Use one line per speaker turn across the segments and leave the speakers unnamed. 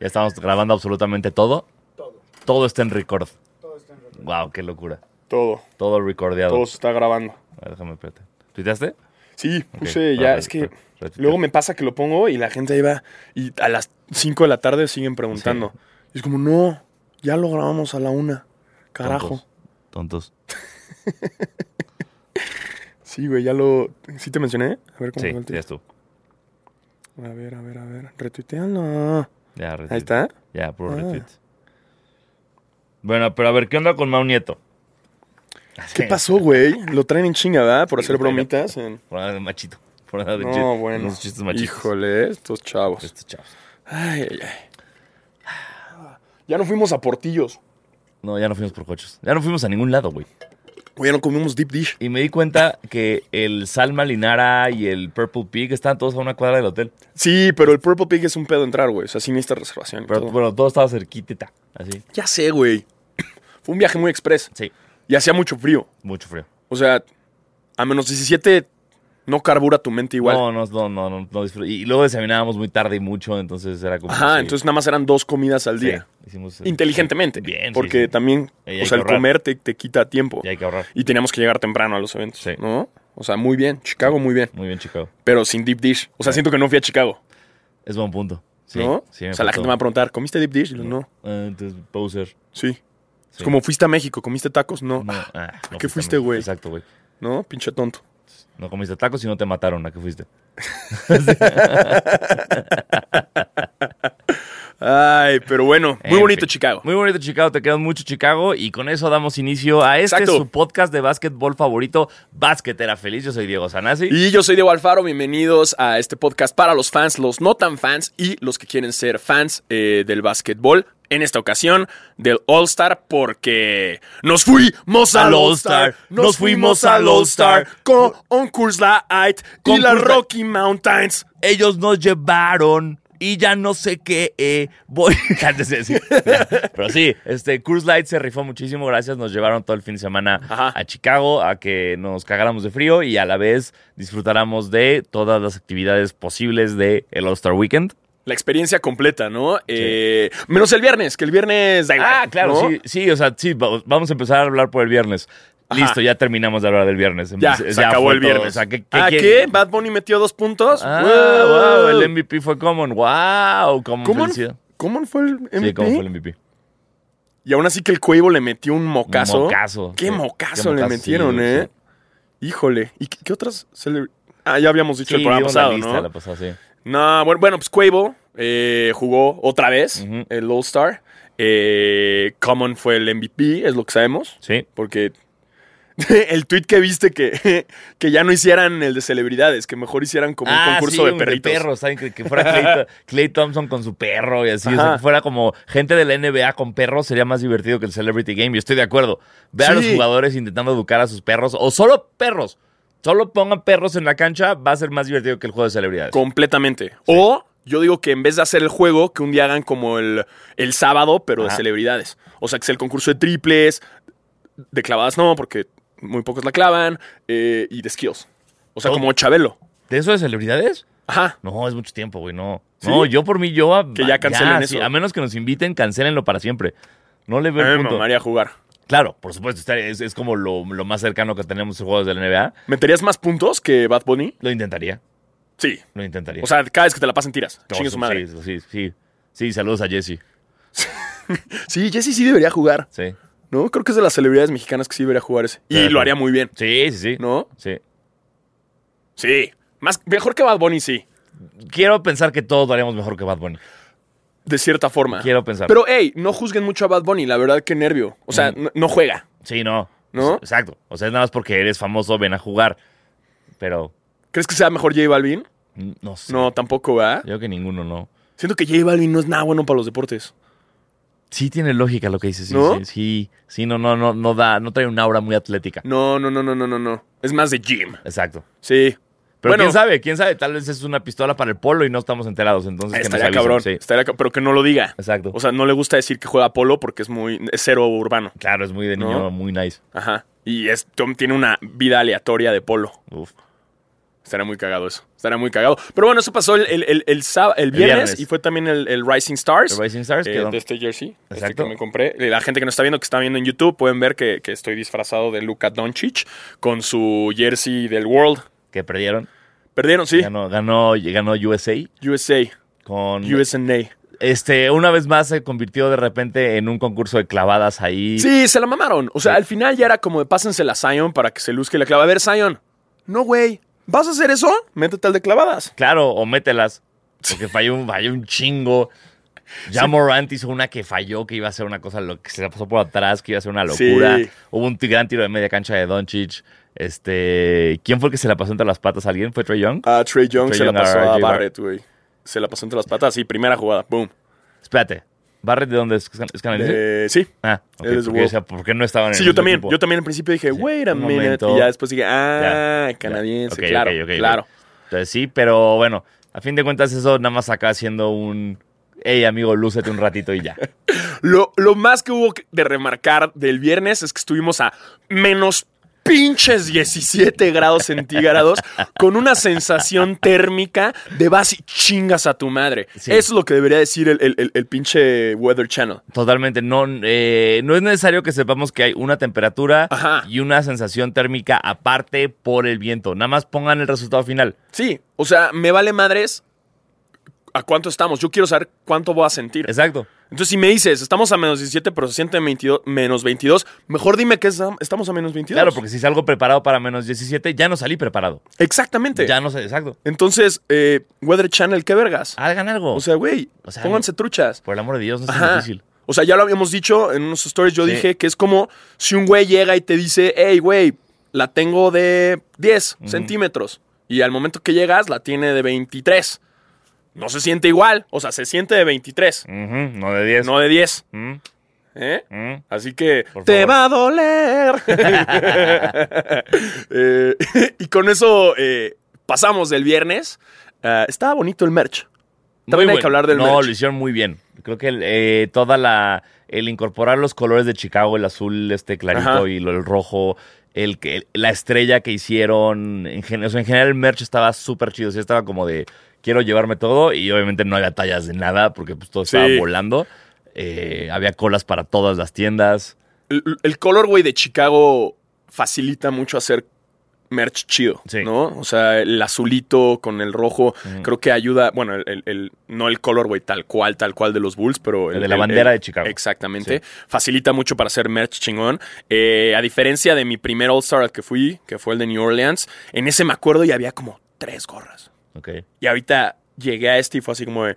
Ya estamos grabando absolutamente todo.
Todo,
Todo está en record.
todo está en rojo.
Wow, qué locura.
Todo.
Todo recordeado.
Todo se está grabando.
A ver, déjame espérate. ¿Tuiteaste?
Sí, puse
para
ya.
re-
es que
re- retuitear.
luego me pasa que lo pongo y la gente ahí va. Y a las 5 de la tarde siguen preguntando. Y es como, no, ya lo grabamos a la una. Carajo.
Tontos. Tontos.
Sí, güey, ya lo. ¿Sí te mencioné? A ver cómo
Sí,
fue el
sí,
tuit.
es tú.
A ver, a ver, a ver. Retuitealo.
Ya, retweet.
Ahí está.
Ya, puro
Ah.
retweet. Bueno, pero a ver, ¿qué onda con Mau Nieto?
¿Qué pasó, güey? Lo traen en chinga, ¿verdad? Por
Sí,
hacer
lo traen.
bromitas. en-
Por nada de machito. Por nada de
No,
chi-
bueno.
unos chistes machitos.
Híjole, estos chavos.
Estos chavos.
Ay, ay, ay. Ya no fuimos a Portillos.
No, ya no fuimos por cochos. Ya no fuimos a ningún lado, güey.
Güey, ya no comimos deep dish.
Y me di cuenta que el Salma Linara y el Purple Pig estaban todos a una cuadra del hotel.
Sí, pero el Purple Pig es un pedo entrar, güey. O sea, sí necesitas reservación. y
Pero pues,
todo.
bueno, todo estaba cerquitita. Así.
Ya sé, güey. Fue un viaje muy express.
Sí,
Y hacía mucho frío.
mucho frío.
O sea, a menos 17 no carbura tu mente igual.
No, no, no, no, no, no disfruté. Y luego desayunábamos muy tarde y mucho, entonces era como.
Ajá,
pues, sí,
entonces nada más eran dos comidas al
sí,
día.
hicimos, eh,
Inteligentemente.
Bien, sí,
Porque
sí.
también,
Y hay
o
que
sea, el
ahorrar.
comer te, te quita tiempo.
Y hay que ahorrar.
Y teníamos que llegar temprano a los eventos,
Sí.
¿no? O sea, muy bien. Chicago, muy bien.
Muy bien, Chicago.
Pero sin deep dish. O sea, siento que no fui a Chicago,
Es buen punto. Sí,
¿no?
sí, me
o sea, la
faltó.
gente me va a preguntar, ¿comiste deep dish? Y yo, no.
Ah, entonces, Poser.
Sí.
Sí.
Es como, ¿fuiste a México? ¿Comiste tacos? No.
No, ah, no
¿a qué
a
fuiste,
México.
güey?
Exacto, güey.
No, pinche tonto.
No comiste tacos y no te mataron. ¿A qué fuiste?
Ay, pero bueno, muy
En
bonito
fin.
Chicago.
Muy bonito Chicago, te quedas mucho Chicago y con eso damos inicio a este
Exacto.
su podcast de básquetbol favorito, Basquetera Feliz. Yo soy Diego Sanasi.
Y yo soy Diego Alfaro, bienvenidos a este podcast para los fans, los no tan fans y los que quieren ser fans eh, del básquetbol. En esta ocasión del All Star porque nos fuimos al All Star, nos fuimos al All Star con Coors Light y
Con
las
Coors Light.
Rocky Mountains.
Ellos nos llevaron y ya no sé qué eh, voy. Antes de decir. Pero sí, este Cruise Light se rifó muchísimo. Gracias, nos llevaron todo el fin de semana
Ajá.
a Chicago a que nos cagáramos de frío y a la vez disfrutáramos de todas las actividades posibles de el All Star Weekend.
La experiencia completa, ¿no? Eh, menos el viernes, que el viernes da igual,
Ah, claro,
¿no?
sí, sí, o sea, sí, va- vamos a empezar a hablar por el viernes.
Ajá.
Listo, ya terminamos de hablar del viernes. Empe-
Ya, se acabó
fue
el
todo.
viernes.
O sea, ¿qué, qué,
¿Ah,
quiere-
qué? ¿Bad Bunny metió dos puntos?
Ah,
Wow.
wow, el MVP fue Common. Wow, Common,
¿Cómo,
felicidad.
cómo fue el MVP?
Sí, Common fue el MVP.
Y aún así que el Cuevo le metió un mocazo.
Mocazo,
¿Qué
sí. Qué
mocazo le
mocazo,
metieron,
sí,
eh? Híjole. ¿Y qué, qué otras cele- Ah, ya habíamos dicho
Sí,
el programa
dimos la
pasado,
lista,
¿no?
la pasada, sí.
No, bueno, bueno, pues Cuevo eh, jugó otra vez
Ujú.
el All-Star. Eh, Common fue el MVP, es lo que sabemos.
Sí.
Porque el tweet que viste que, que ya no hicieran el de celebridades, que mejor hicieran como un
Ah,
concurso
sí,
de perritos.
perros, ¿saben? Que, que fuera Clay, Tho- Clay Thompson con su perro y así. O sea,
Ajá.
que fuera como gente de la NBA con perros sería más divertido que el Celebrity Game. Yo estoy de acuerdo. Ve a los
Sí.
jugadores intentando educar a sus perros o solo perros. Solo pongan perros en la cancha, va a ser más divertido que el juego de celebridades.
Completamente. O yo digo que en vez de hacer el juego, que un día hagan como el, el sábado, pero
Ajá.
de celebridades. O sea, que sea el concurso de triples, de clavadas no, porque muy pocos la clavan, eh, y de skills. O sea,
Oh.
como Chabelo.
¿De eso de celebridades?
Ajá.
No, es mucho tiempo, güey, no.
¿Sí?
No, yo por mí, yo... a-
Que ya cancelen eso.
a menos que nos inviten, cancelenlo para siempre. No le
A mí
veo el
me
punto.
mamaría jugar.
Claro, por supuesto, está- es, es como lo, lo más cercano que tenemos en juegos de la NBA.
¿Meterías más puntos que Bad Bunny?
Lo intentaría,
Sí.
lo intentaría.
O sea, cada vez que te la pasen tiras. Chingue su madre.
Sí, sí, sí. Sí, saludos a Jesse.
Sí, Jesse sí debería jugar,
Sí.
¿no? Creo que es de las celebridades mexicanas que sí debería jugar ese. Y
Claro.
lo haría muy bien,
Sí, sí, sí.
¿no?
Sí.
Sí. Más, mejor que Bad Bunny, sí.
Quiero pensar que todos lo haríamos mejor que Bad Bunny.
De cierta forma.
Quiero pensar.
Ah. Pero, hey, no juzguen mucho a Bad Bunny, la verdad que nervio.
Mm.
O sea, no, no juega.
sí, no.
¿No?
Exacto. O sea, es nada más porque eres famoso, ven a jugar. Pero
¿Crees que sea mejor J Balvin?
mm, no sé.
No, tampoco, ¿verdad?
Yo creo que ninguno, no.
Siento que J Balvin no es nada bueno para los deportes.
Sí tiene lógica lo que dices. Sí,
¿No?
sí, sí. Sí, no, no, no, no da, no trae una aura muy atlética.
No, no, no, no, no, no, no. Es más de gym.
Exacto.
Sí.
Pero
bueno,
quién sabe, quién sabe, tal vez es una pistola para el polo y no estamos enterados, entonces que nos
estaría
avisen,
cabrón.
sí.
estaría ca- pero que no lo diga.
Exacto.
O sea, no le gusta decir que juega polo porque es muy es cero urbano.
claro, es muy de niño,
¿no?
muy nice.
Ajá. Y es, Tom tiene una vida aleatoria de polo.
Uf.
Estará muy cagado eso. Estará muy cagado. Pero bueno, eso pasó el, el, el, el sáb- el viernes,
viernes.
y fue también el, el Rising Stars.
El Rising Stars
eh,
quedó-
de este jersey. este
Exacto.
que me compré. Eh, La gente que nos está viendo, que está viendo en YouTube, pueden ver que, que estoy disfrazado de Luka Doncic con su jersey del World.
que perdieron.
Perdieron, sí.
Ganó, ganó, ganó USA
USA.
con
USNA.
este una vez más se convirtió de repente en un concurso de clavadas ahí.
Sí, se la mamaron. O sea,
Sí.
al final ya era como de pásensela a Zion para que se luzca y la clava. A ver, Zion. No, güey. ¿Vas a hacer eso? Métete al de clavadas.
Claro, o mételas. Porque falló un, falló un chingo. Ya Morant hizo una que falló, que iba a ser una cosa lo que se la pasó por atrás, que iba a ser una locura.
Sí.
Hubo un t- gran tiro de media cancha de Doncic. Este, ¿quién fue el que se la pasó entre las patas? ¿Alguien? ¿Fue Trey Young?
A Trey Ah, Young
Trae
se la
Young ah, a
pasó a
RJ
Barrett, güey. Se la pasó entre las patas. Sí, primera jugada. Boom.
Espérate. ¿Barrett de dónde es? ¿Es can- ¿Es canadiense?
Eh, sí.
ah, ok,
él es de
porque,
Wolf.
decía, ¿por qué no estaban en
Sí,
el
yo
mismo
también.
equipo?
Yo también al principio dije, wait a
un
minute.
momento.
Y ya después dije, ah,
Ya,
canadiense.
ya. Ok,
claro,
ok, ok, ok.
claro.
Entonces sí, pero bueno, a fin de cuentas eso nada más acá haciendo un... Hey, amigo, lúcete un ratito y ya.
Lo, lo más que hubo que- de remarcar del viernes es que estuvimos a menos pinches 17 grados centígrados con una sensación térmica de vas y chingas a tu madre.
Sí.
Eso es lo que debería decir el, el- el- el pinche Weather Channel.
Totalmente. No, eh, no es necesario que sepamos que hay una temperatura
Ajá.
y una sensación térmica aparte por el viento. Nada más pongan el resultado final.
Sí, o sea, me vale madres a cuánto estamos. Yo quiero saber cuánto voy a sentir.
Exacto.
Entonces, si me dices, estamos a menos 17, pero se siente 22 menos 22, mejor dime que es- estamos a menos 22.
Claro, porque si salgo preparado para menos 17, ya no salí preparado.
Exactamente.
Ya no sé, exacto.
Entonces, eh, Weather Channel, ¿qué vergas?
Hagan algo.
O sea, güey,
O sea,
pónganse truchas.
por el amor de Dios, no es
Ajá.
tan difícil.
O sea, ya lo habíamos dicho en unos stories, yo
Sí.
dije que es como si un güey llega y te dice, hey, güey, la tengo de 10 centímetros. Y al momento que llegas, la tiene de 23. No se siente igual. O sea, se siente de 23,
Ujú, no de 10.
no de 10.
Mm,
¿Eh?
mm.
Así que
Por
te
favor.
va a doler. Eh, y con eso eh, pasamos del viernes. Ah, estaba bonito el merch. También
Muy
hay
bueno.
que hablar del
no,
merch.
lo hicieron muy bien. Creo que el, eh, toda la. El incorporar los colores de Chicago, el azul, este clarito
Ajá.
y lo- el rojo, el, que el- la estrella que hicieron. En, gen- o sea, en general, el merch estaba súper chido. Sí, estaba como de. Quiero llevarme todo y obviamente no había tallas de nada porque pues todo estaba
Sí.
volando. Eh, había colas para todas las tiendas.
El, el color, güey, de Chicago facilita mucho hacer merch chido,
Sí.
¿no? O sea, el azulito con el rojo,
Mm,
creo que ayuda, bueno, el, el- el- no el color, güey, tal cual, tal cual de los Bulls, pero...
El de la bandera de Chicago.
Exactamente. Facilita mucho para hacer merch chingón. Eh, a diferencia de mi primer All-Star al que fui, que fue el de New Orleans, en ese me acuerdo y había como tres gorras.
Ok.
Y ahorita llegué a este y fue así como de.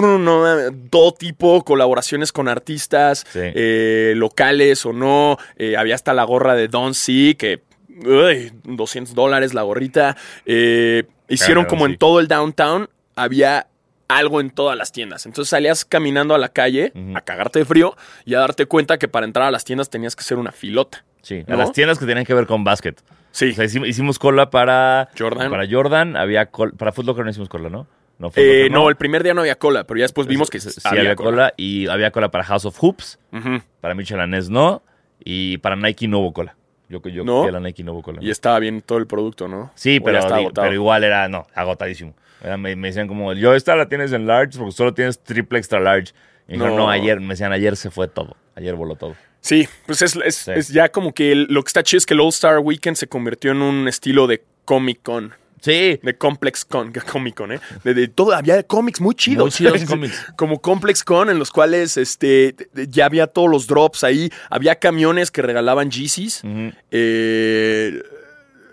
No, mames, todo tipo, colaboraciones con artistas
Sí.
eh, locales o no. eh, había hasta la gorra de Don C, que. uy, 200 dólares la gorrita. eh, hicieron
Claro,
como
sí.
en todo el downtown, había algo en todas las tiendas. Entonces salías caminando a la calle
Ujú.
a cagarte de frío y a darte cuenta que para entrar a las tiendas tenías que ser una filota.
Sí.
¿No?
A las tiendas que tenían que ver con básquet.
Sí. eh,
O sea, hicimos, hicimos cola para.
Jordan.
Para Jordan. Había col- para Foot Locker no hicimos cola, ¿no? No, Foot
Eh,
Locker
no, el primer día no había cola, pero ya después vimos que
Sí, sí
había, cola.
y había cola para House of Hoops,
Ujú.
para Michel Anés no, y para Nike no hubo cola. Yo, yo
¿No?
fui a la Nike no hubo cola.
Y estaba bien todo el producto, ¿no?
sí,
O ya
pero,
estaba
digo,
agotado.
pero igual era, no, agotadísimo. Era- me, me decían como, yo esta la tienes en large porque solo tienes triple extra large. Y me dijeron,
No.
no, ayer, me decían, ayer se fue todo, ayer voló todo.
Sí, pues es, es-
Sí.
es ya como que el- lo que está chido es que el All Star Weekend se convirtió en un estilo de Comic Con,
Sí,
de Complex Con, que Comic Con, ¿eh? De, de todo, había cómics muy chidos.
Muy chidos cómics.
Como Complex Con, en los cuales este, de- de- ya había todos los drops ahí, había camiones que regalaban Yeezys.
Ujú.
Eh,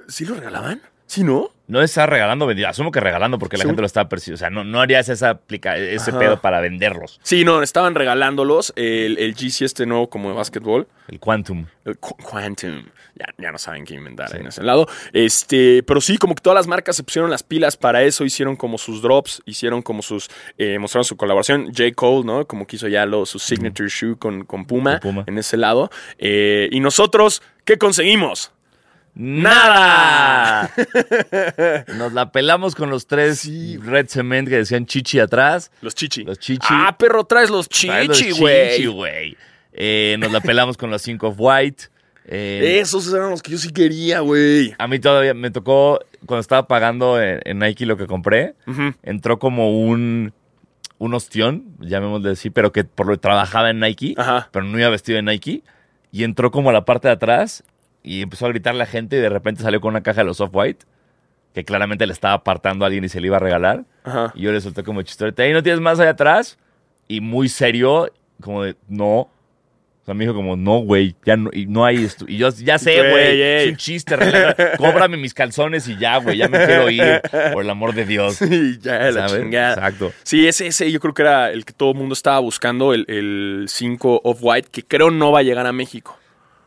¿Sí lo regalaban? ¿Sí, no?
no está regalando, vendi- asumo que regalando porque la
Según-
gente lo estaba persiguiendo. O sea, no, no harías esa aplica ese
Ajá.
pedo para venderlos,
Sí, no, estaban regalándolos el, el Yeezy este nuevo como de básquetbol.
el Quantum.
El Eh, Qu- Quantum. Ya, ya no saben qué inventar en ese lado. Este, pero sí, como que todas las marcas se pusieron las pilas para eso, hicieron como sus drops, hicieron como sus. eh, mostraron su colaboración. J. Cole, ¿no? Como que hizo ya lo, su signature shoe con, con Puma,
Con Puma.
en ese lado. Eh, y nosotros, ¿qué conseguimos?
¡Nada! Nos la pelamos con los tres
Sí.
Red Cement que decían chichi atrás.
Los chichi.
Los chichi.
Ah, perro, traes los
Trae los
chichi, güey.
güey. Eh, nos la pelamos con los cinco of White. Eh,
Esos eran los que yo sí quería, güey.
a mí todavía me tocó, cuando estaba pagando en, en Nike lo que compré,
Ujú.
entró como un, un ostión, llamémosle así, pero que por lo que trabajaba en Nike,
Ajá.
pero no iba vestido de Nike, y entró como a la parte de atrás y empezó a gritar la gente y de repente salió con una caja de los Off-White, que claramente le estaba apartando a alguien y se le iba a regalar.
Ajá.
Y yo le solté como chistorete, ahí no tienes más allá atrás. Y muy serio, como de, no. O sea, me dijo como, no, güey, ya no, y no hay esto. Y yo, ya sé,
Güey,
güey,
ey.
es un chiste, relaja, cóbrame mis calzones y ya, güey, ya me quiero ir, por el amor de Dios.
Sí, ya, la
¿sabes?
chingada.
Exacto.
Sí, ese, ese yo creo que era el que todo el mundo estaba buscando, el- el 5 Off-White, que creo no va a llegar a México.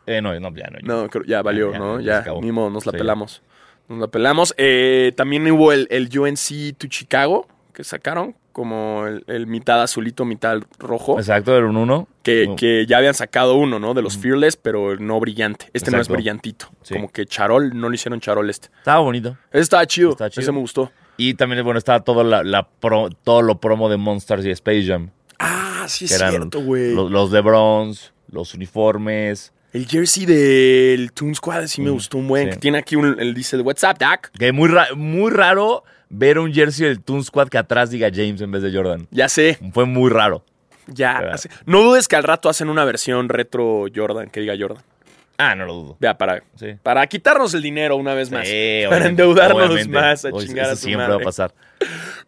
Eh, no, no, ya no.
No, creo- ya valió,
ya,
¿no?
se
Ya,
acabó.
ni modo, nos la
Sí.
pelamos. Nos la pelamos. Eh, también hubo el, el UNC to Chicago que sacaron, como el, el mitad azulito, mitad rojo,
Exacto, era un uno.
que,
No.
que ya habían sacado uno, ¿no? De los Fearless, pero no brillante. Este no es
Exacto.
brillantito.
Sí.
Como que charol, no le hicieron charol este.
Estaba bonito.
Ese estaba chido,
Estaba chido.
ese me gustó.
Y también, bueno, estaba todo, la, la pro- todo lo promo de Monsters y Space Jam.
Ah, sí es
que eran
cierto, güey.
Los, los de bronze, los uniformes,
El jersey del Toon Squad sí me
Mm,
gustó un buen.
sí.
Que tiene aquí un, el dice, what's up, Dak?
Que muy, ra- muy raro ver un jersey del Toon Squad que atrás diga James en vez de Jordan.
Ya sé.
Fue muy raro.
Ya,
Claro.
hace- no dudes que al rato hacen una versión retro Jordan, que diga Jordan.
Ah, no lo dudo.
Ya, para,
Sí.
para quitarnos el dinero una vez más.
Sí,
para
obviamente,
endeudarnos
obviamente.
más, a
Oye,
chingar
eso
a su
siempre va
madre.
a pasar.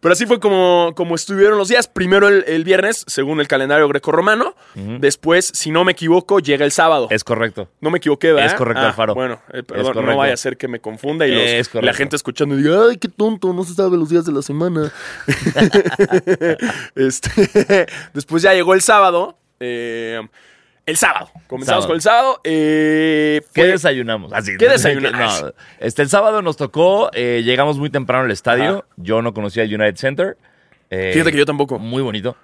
Pero así fue como, como estuvieron los días. Primero el, el viernes, según el calendario grecorromano. Después, si no me equivoco, llega el sábado.
Es correcto.
no me equivoqué, ¿verdad?
es correcto, Alfaro.
Bueno, eh,
Es
perdón, no
correcto.
vaya a ser que me confunda y los-
Es
la
correcto.
gente escuchando diga, ay, qué tonto, no se sabe los días de la semana. Este, después ya llegó el sábado. eh, el sábado. Comenzamos
Sábado.
con el sábado. eh,
¿Qué
fue-
desayunamos? Así,
¿Qué desayunamos?
No, este, el sábado nos tocó, eh, llegamos muy temprano al estadio.
Ajá.
Yo no conocía el United Center. Eh,
Fíjate que yo tampoco.
Muy bonito.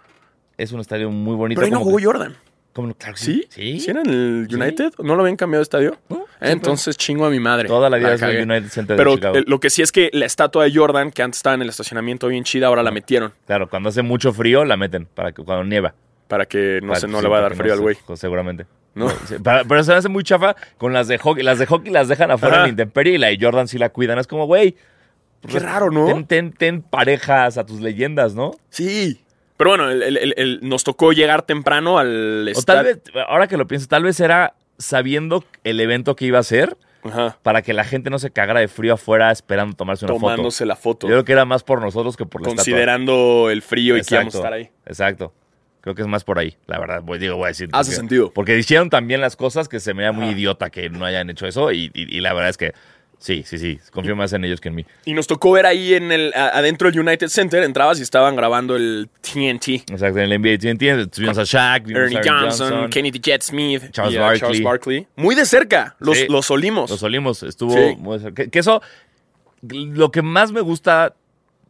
Es un estadio muy bonito.
Pero ahí no
como
jugó
que-
Jordan.
como no- claro que
¿Sí?
Sí.
¿Sí era en el United? ¿No lo habían cambiado de estadio?
No,
Ah, Entonces chingo a mi madre.
Toda la vida es
Ah, cagué.
el United Center de
Pero
Chicago.
eh, lo que sí es que la estatua de Jordan, que antes estaba en el estacionamiento bien chida, ahora la metieron
Claro, cuando hace mucho frío la meten, para que cuando nieva.
para que no,
Para-
se, no
sí,
le va a
para
dar
que
frío
no
al
se-
güey.
pues, seguramente.
¿No?
Sí, para- pero se me hace muy chafa con las de hockey. Las de hockey las dejan afuera
Ajá.
en intemperie y la de Jordan sí la cuidan. Es como, güey.
Qué raro, ¿no?
pues, Ten, ten- ten parejas a tus leyendas, ¿no?
Sí. Pero bueno, el- el- el- el- nos tocó llegar temprano al
O tal
estadio.
vez, ahora que lo pienso, tal vez era sabiendo el evento que iba a ser
Ajá.
para que la gente no se cagara de frío afuera esperando tomarse una
Tomándose la
foto.
foto.
Yo creo que era más por nosotros que por la estatua.
considerando el frío y que íbamos a estar ahí.
Exacto. Creo que es más por ahí, la verdad. Voy, digo, voy a decir.
Hace
porque-
sentido.
Porque hicieron también las cosas que se me da muy
Ajá.
idiota que no hayan hecho eso. Y, y- y la verdad es que sí, sí, sí. Confío más en ellos que en mí.
Y nos tocó ver ahí en el, a- adentro del United Center, entrabas y estaban grabando el TNT.
Exacto. En el NBA, ¿sí entiendes? Tuvimos a Shaq, vimos
Ernie
a Aaron
Johnson, Kennedy Jet Smith,
Charles
y a
Barkley.
Muy de cerca, los,
Sí.
los olimos.
Los olimos. Estuvo.
Sí.
muy cerca. que, que eso. Lo que más me gusta.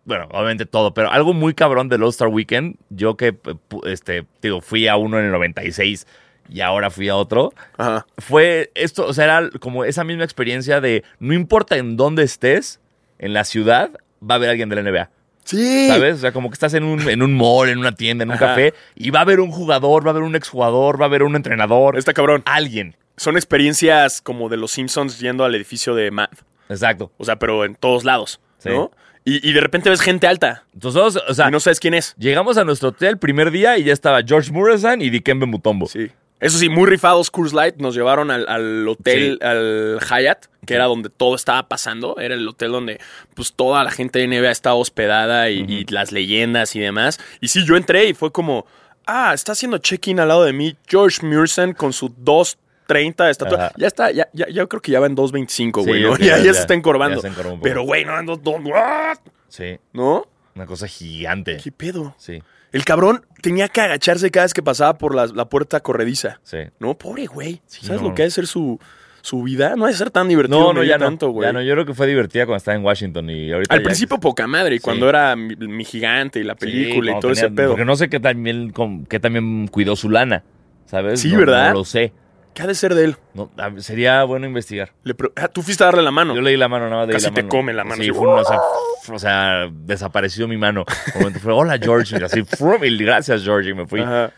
Bueno, obviamente todo, pero algo muy cabrón del All-Star Weekend. Yo que, pu- este, digo, fui a uno en el 96 y ahora fui a otro.
Ajá.
fue esto, o sea, era como esa misma experiencia de no importa en dónde estés, en la ciudad, va a haber alguien de la NBA.
Sí.
¿Sabes? O sea, como que estás en un, en un mall, en una tienda, en un
Ajá.
café, y va a haber un jugador, va a haber un exjugador, va a haber un entrenador,
Está cabrón.
alguien.
Son experiencias como de los Simpsons yendo al edificio de Matt.
Exacto.
O sea, pero en todos lados,
Sí.
¿no? Y, y de repente ves gente alta
Entonces, o sea,
y no sabes quién es.
llegamos a nuestro hotel primer día y ya estaba George Muresan y Dikembe Mutombo.
Sí. Eso sí, muy rifados Curse Light. Nos llevaron al, al hotel, al Hyatt, que era donde todo estaba pasando. Era el hotel donde pues toda la gente de NBA estaba hospedada y, y las leyendas y demás. Y sí, yo entré y fue como, ah, está haciendo check-in al lado de mí George Mursen con su 2.30 de estatua.
Ajá.
Ya está, ya, ya- yo creo que ya va en 2.25,
Sí,
güey.
yo
¿no?
creo
Ya,
que
ya
ya-
se está encorvando.
ya se encorvó un poco.
Pero, güey, no en dos- dos- ¿what?
Sí,
¿No?
una cosa gigante.
¿Qué pedo?
Sí,
El cabrón tenía que agacharse cada vez que pasaba por la, la puerta corrediza.
sí.
No, pobre güey.
Sí,
¿Sabes
no.
lo que ha de ser su, su vida? No ha de ser tan divertido.
No, no,
medir
ya no.
tanto, güey.
ya no. Yo creo que fue divertida cuando estaba en Washington y ahorita.
Al
ya-
principio poca madre, y cuando era mi, mi gigante y la
Sí,
película y
no,
todo ese
tenía-
pedo.
Porque no sé qué también, com- qué también cuidó su lana, ¿sabes?
Sí,
No-
¿verdad?
No lo sé.
¿Qué ha de ser de él?
No, a- sería bueno investigar.
Le pre- ah, tú fuiste a darle la mano.
Yo le di la mano nada más. le di
Casi
la
te
mano.
come la mano,
Sí,
así.
fue una- o, sea, f- o sea, desapareció mi mano. Un momento fue, hola George. Y así, frum, y gracias George. Y me fui.
Ajá.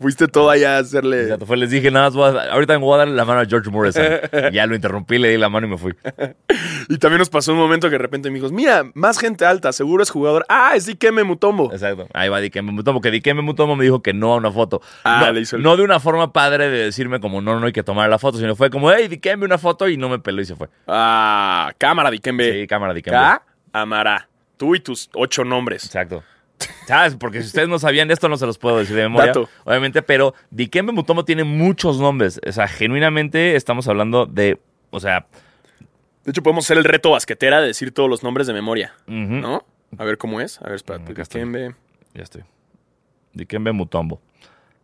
Fuiste todo allá a hacerle.
Exacto, fue, les dije, nada más, voy a- ahorita me voy a darle la mano a George Morrison. ya lo interrumpí, le di la mano y me fui.
Y también nos pasó un momento que de repente me dijo, mira, más gente alta, seguro es jugador. Ah, es Dikembe Mutombo.
Exacto. Ahí va Dikembe Mutombo, que Dikembe Mutombo me dijo que no a una foto.
Ah,
no,
le hizo el-
no de una forma padre de decirme como, no, no hay que tomar la foto, sino fue como, hey, Dikembe, una foto, y no me peló y se fue.
Ah, cámara Dikembe.
Sí, cámara Dikembe.
cámara. Tú y tus ocho nombres.
Exacto. ¿Sabes? Porque si ustedes no sabían esto, no se los puedo decir de memoria.
Dato.
Obviamente, pero Dikembe Mutombo tiene muchos nombres. O sea, genuinamente estamos hablando de, o sea,
De hecho, podemos hacer el reto basquetera de decir todos los nombres de memoria.
ujú.
¿No? A ver cómo es. A ver, espérate.
Mm, Acá está.
Dikembe.
Ya estoy. Dikembe Mutombo.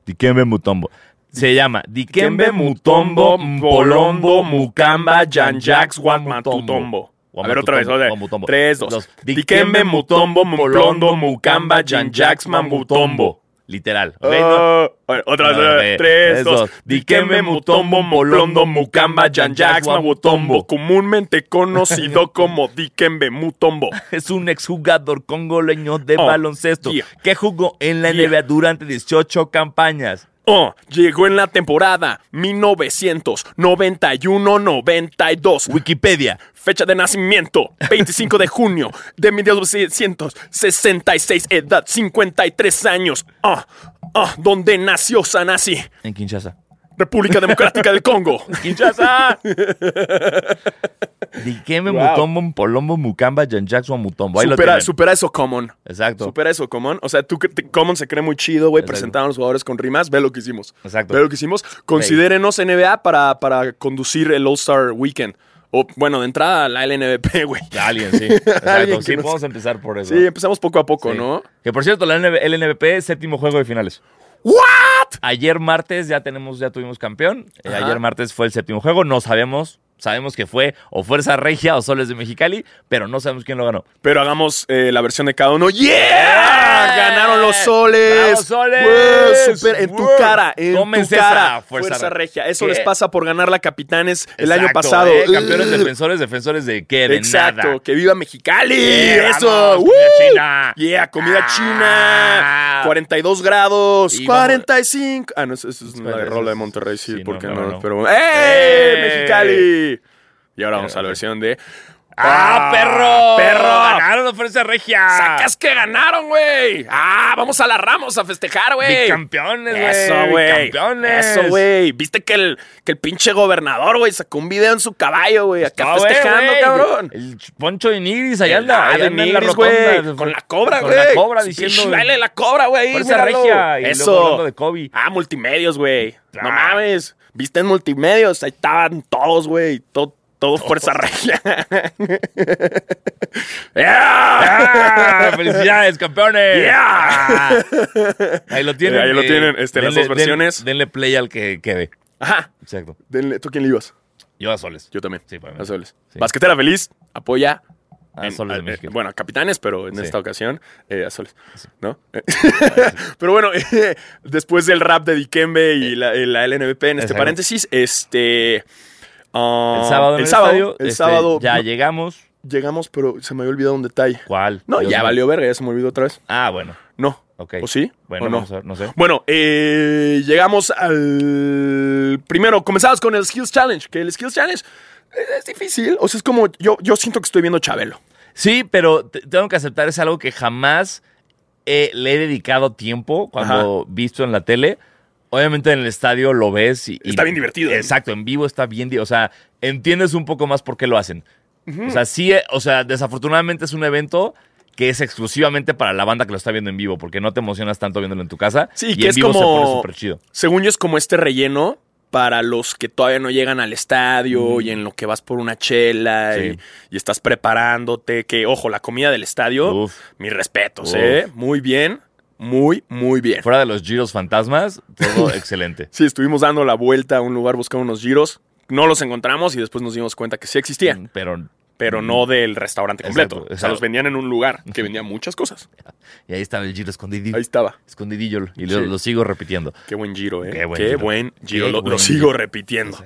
Dikembe Mutombo. Se llama Dikembe Mutombo Mpolombo Mukamba Janjax Wamatutombo.
Guamatutombo. A ver, otra vez, otra vez.
Wamatutombo.
Tres, dos.
Dos.
Dikembe, Mutombo, Mpolondo, Mukamba, Janjax, Mamutombo.
Literal. ¿ok? No.
Ah, a ver, otra vez,
A ver,
otra vez.
eh,
tres,
tres,
dos.
dos.
Dikembe, Mutombo, Molondo, Mukamba, Janjax, Mamutombo. Comúnmente conocido como Dikembe, Mutombo.
Es un exjugador congoleño de
Oh,
baloncesto
yeah.
que jugó en la
Yeah.
NBA durante 18 campañas.
Oh, llegó en la temporada 1991-92.
Wikipedia.
Fecha de nacimiento, 25 de junio de 1966, edad 53 años. Ah, ah, donde nació Sanasi,
En Kinshasa.
República Democrática del Congo.
¡Kinshasa! Dikembe
Wow.
Mutombo, Mpolombo, Mukamba, Janjax, Mutombo. Ahí lo
Supera,
tienen.
supera eso, Common.
Exacto.
Supera eso, Common. O sea, tú, que te- Common se cree muy chido, güey.
Exacto.
Presentaban a los jugadores con rimas. Ve lo que hicimos.
Exacto.
Ve lo que hicimos. Considérenos NBA para, para conducir el All-Star Weekend. O, bueno, de entrada, la LNBP, güey.
Alguien, sí. Exacto.
Alguien que
sí,
nos-
podemos empezar por eso.
Sí, empezamos poco a poco,
Sí.
¿no?
Que por cierto, la NB LNBP, séptimo juego de finales.
¿What?
Ayer martes ya tenemos, ya tuvimos campeón. Eh,
Ajá.
ayer martes fue el séptimo juego. No sabemos. Sabemos que fue o Fuerza Regia o Soles de Mexicali, pero no sabemos quién lo ganó.
Pero hagamos eh, la versión de cada uno. ¡Yeah!
¡Yeah!
¡Ganaron los soles!
¡Bravo, soles!
¡Wow! ¡Súper! En tu
¡Wow!
cara, en
Tómense
tu cara.
esa fuerza
regia. Eso
¿Qué?
les pasa por ganar la Capitanes el año
Exacto,
pasado.
eh, campeones,
Ugh.
defensores, defensores de qué, de
Exacto,
nada.
que viva Mexicali.
Yeah,
Eso.
vamos, comida
¡Woo!
china.
Yeah, comida
Ah.
china. 42 grados.
Y vamos-
45. Ah, no, eso, eso es una
Espérate, eso
rola de
es-
Monterrey, sí,
sí,
porque no,
no, no, no.
pero
¡Eh!
¡Eh, Mexicali! Y ahora vamos a la versión de
¡Ah, perro!
¡Perro! Ah,
¡Ganaron la Fuerza Regia!
¡Sacas que ganaron, güey! ¡Ah, vamos a la Ramos a festejar, güey!
¡Bicampeones, güey!
Eso, güey.
¡Bicampeones!
Eso, güey. ¿Viste que el, que el pinche gobernador, güey, sacó un video en su caballo, güey? Acá
No, güey,
festejando,
güey.
cabrón.
El Poncho de Nigris, allá
El-
anda.
ah,
allá
de
anda en la
Nigris,
rotonda.
güey, Con la cobra,
Con
güey.
la cobra
Su
diciendo.
pinche baile de la cobra, güey.
Fuerza
míralo.
regia. Y luego hablando de Kobe.
Ah, multimedios, güey. No
Ah.
mames. Viste en multimedios. Ahí estaban todos, güey. Todo, todo fuerza regia. ¡Yeah!
¡Ah! ¡Felicidades, campeones!
Yeah.
Ah, Ahí lo tienen.
Ahí lo
eh,
tienen, este, las dos
den-
versiones.
denle play al que quede.
Ajá.
Exacto.
Denle- ¿Tú quién le ibas?
Yo a Soles.
Yo también.
Sí, para mí.
A Soles.
Sí.
Basquetera feliz. Apoya.
A
en-
Soles de
a-
Ah, México.
eh, bueno, a capitanes, pero en
Sí.
esta ocasión eh, a soles. ¿No? Eh, pero bueno, después del rap de Dikembe y la, y la LNBP en este
Eh, Exacto.
paréntesis, este. ah,
el sábado en el, estadio.
El
este,
sábado.
Ya
no,
llegamos.
llegamos, pero se me había olvidado un detalle.
¿Cuál?
No,
Dios
ya
mío.
valió verga, ya se me olvidó otra vez.
Ah, bueno.
No.
Ok.
¿O sí?
Bueno,
¿O no?
vamos a ver, no sé.
Bueno, eh, llegamos al. Primero, comenzamos con el Skills Challenge. Que el Skills Challenge es, es difícil. O sea, es como. Yo, yo siento que estoy viendo Chabelo.
Sí, pero te- tengo que aceptar, es algo que jamás eh, le he dedicado tiempo cuando visto en la tele. Obviamente en el estadio lo ves y... y-
Está bien divertido. ¿eh?
Exacto, en vivo está bien... di- O sea, entiendes un poco más por qué lo hacen. O sea, sí, eh, o sea, desafortunadamente es un evento que es exclusivamente para la banda que lo está viendo en vivo, porque no te emocionas tanto viéndolo en tu casa.
Sí,
y
que
en
es
vivo se pone
como.
súper chido.
Según yo, es como este relleno para los que todavía no llegan al estadio y en lo que vas por una chela
Sí.
y, y estás preparándote. Que, ojo, la comida del estadio,
Uf.
mis respetos,
Uf.
¿eh? Muy bien, muy, muy bien.
Fuera de los giros fantasmas, todo excelente.
Sí, estuvimos dando la vuelta a un lugar buscando unos giros. No los encontramos y después nos dimos cuenta que sí existían.
Pero
pero no del restaurante completo.
Mm. Exacto,
O sea,
exacto.
los vendían en un lugar que vendía muchas cosas.
Y ahí estaba el giro escondidillo.
Ahí estaba.
Escondidillo. Y lo,
Sí.
lo sigo repitiendo.
Qué buen giro, ¿eh?
Qué
Qué
buen
buen
giro.
giro.
Qué
lo,
buen
lo sigo
giro.
repitiendo.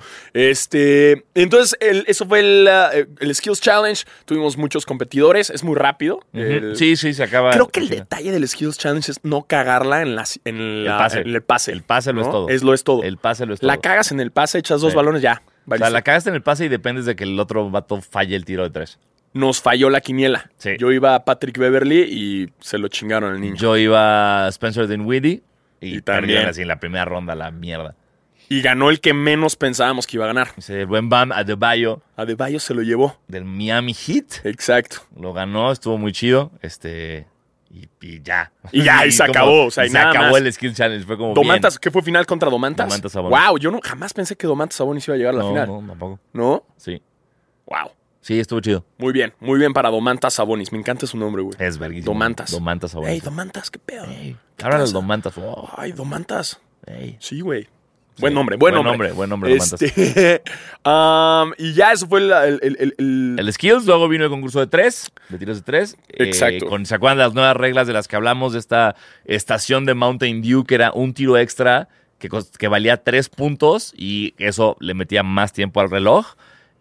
Este, entonces, el- eso fue el, eh, el Skills Challenge. Tuvimos muchos competidores. Es muy rápido.
Ujú.
El-
sí, sí, se acaba.
Creo que el
sí.
detalle del Skills Challenge es no cagarla en, la, en, la-
El pase.
en el pase.
El pase lo es
¿no?
todo.
Es lo es todo.
El pase lo es
la
todo.
cagas en el pase, echas dos
Sí.
balones, ya.
O sea,
valiste.
la cagaste en el pase y dependes de que el otro vato falle el tiro de tres.
Nos falló la quiniela.
Sí.
Yo iba a Patrick Beverly y se lo chingaron al niño.
Yo iba a Spencer Dinwiddie y,
Y también.
también así en la primera ronda, la mierda.
Y ganó el que menos pensábamos que iba a ganar.
Ese buen Bam Adebayo
Adebayo se lo llevó.
del Miami Heat
Exacto.
lo ganó, estuvo muy chido. Este. Y, y ya.
Y ya, y se acabó, o sea, y
se
nada
acabó
más.
el Skill Challenge. Fue como.
Domantas, ¿qué fue final contra Domantas?
Domantas Sabonis.
wow, yo no, jamás pensé que Domantas Sabonis iba a llegar a
bien.
la
No,
final. No.
no, tampoco. Sí.
Wow.
Sí, estuvo chido.
Muy bien, muy bien para Domantas Sabonis. Me encanta su nombre, güey.
Es verguísimo.
Domantas.
Domantas ahora.
Ey, Domantas, qué pedo.
Ahora los
pasa?
Domantas. oh,
Ay, Domantas.
ey.
Sí, güey.
Sí.
Buen nombre, buen,
Buen
nombre.
nombre, buen nombre, Domantas.
Este, um, y ya, eso fue el, el- el- el- el-
El Skills, luego vino el concurso de tres, de tiros de tres. eh,
Exacto.
con, ¿Se acuerdan de las nuevas reglas de las que hablamos de esta estación de Mountain Dew que era un tiro extra que, cos- que valía tres puntos y eso le metía más tiempo al reloj?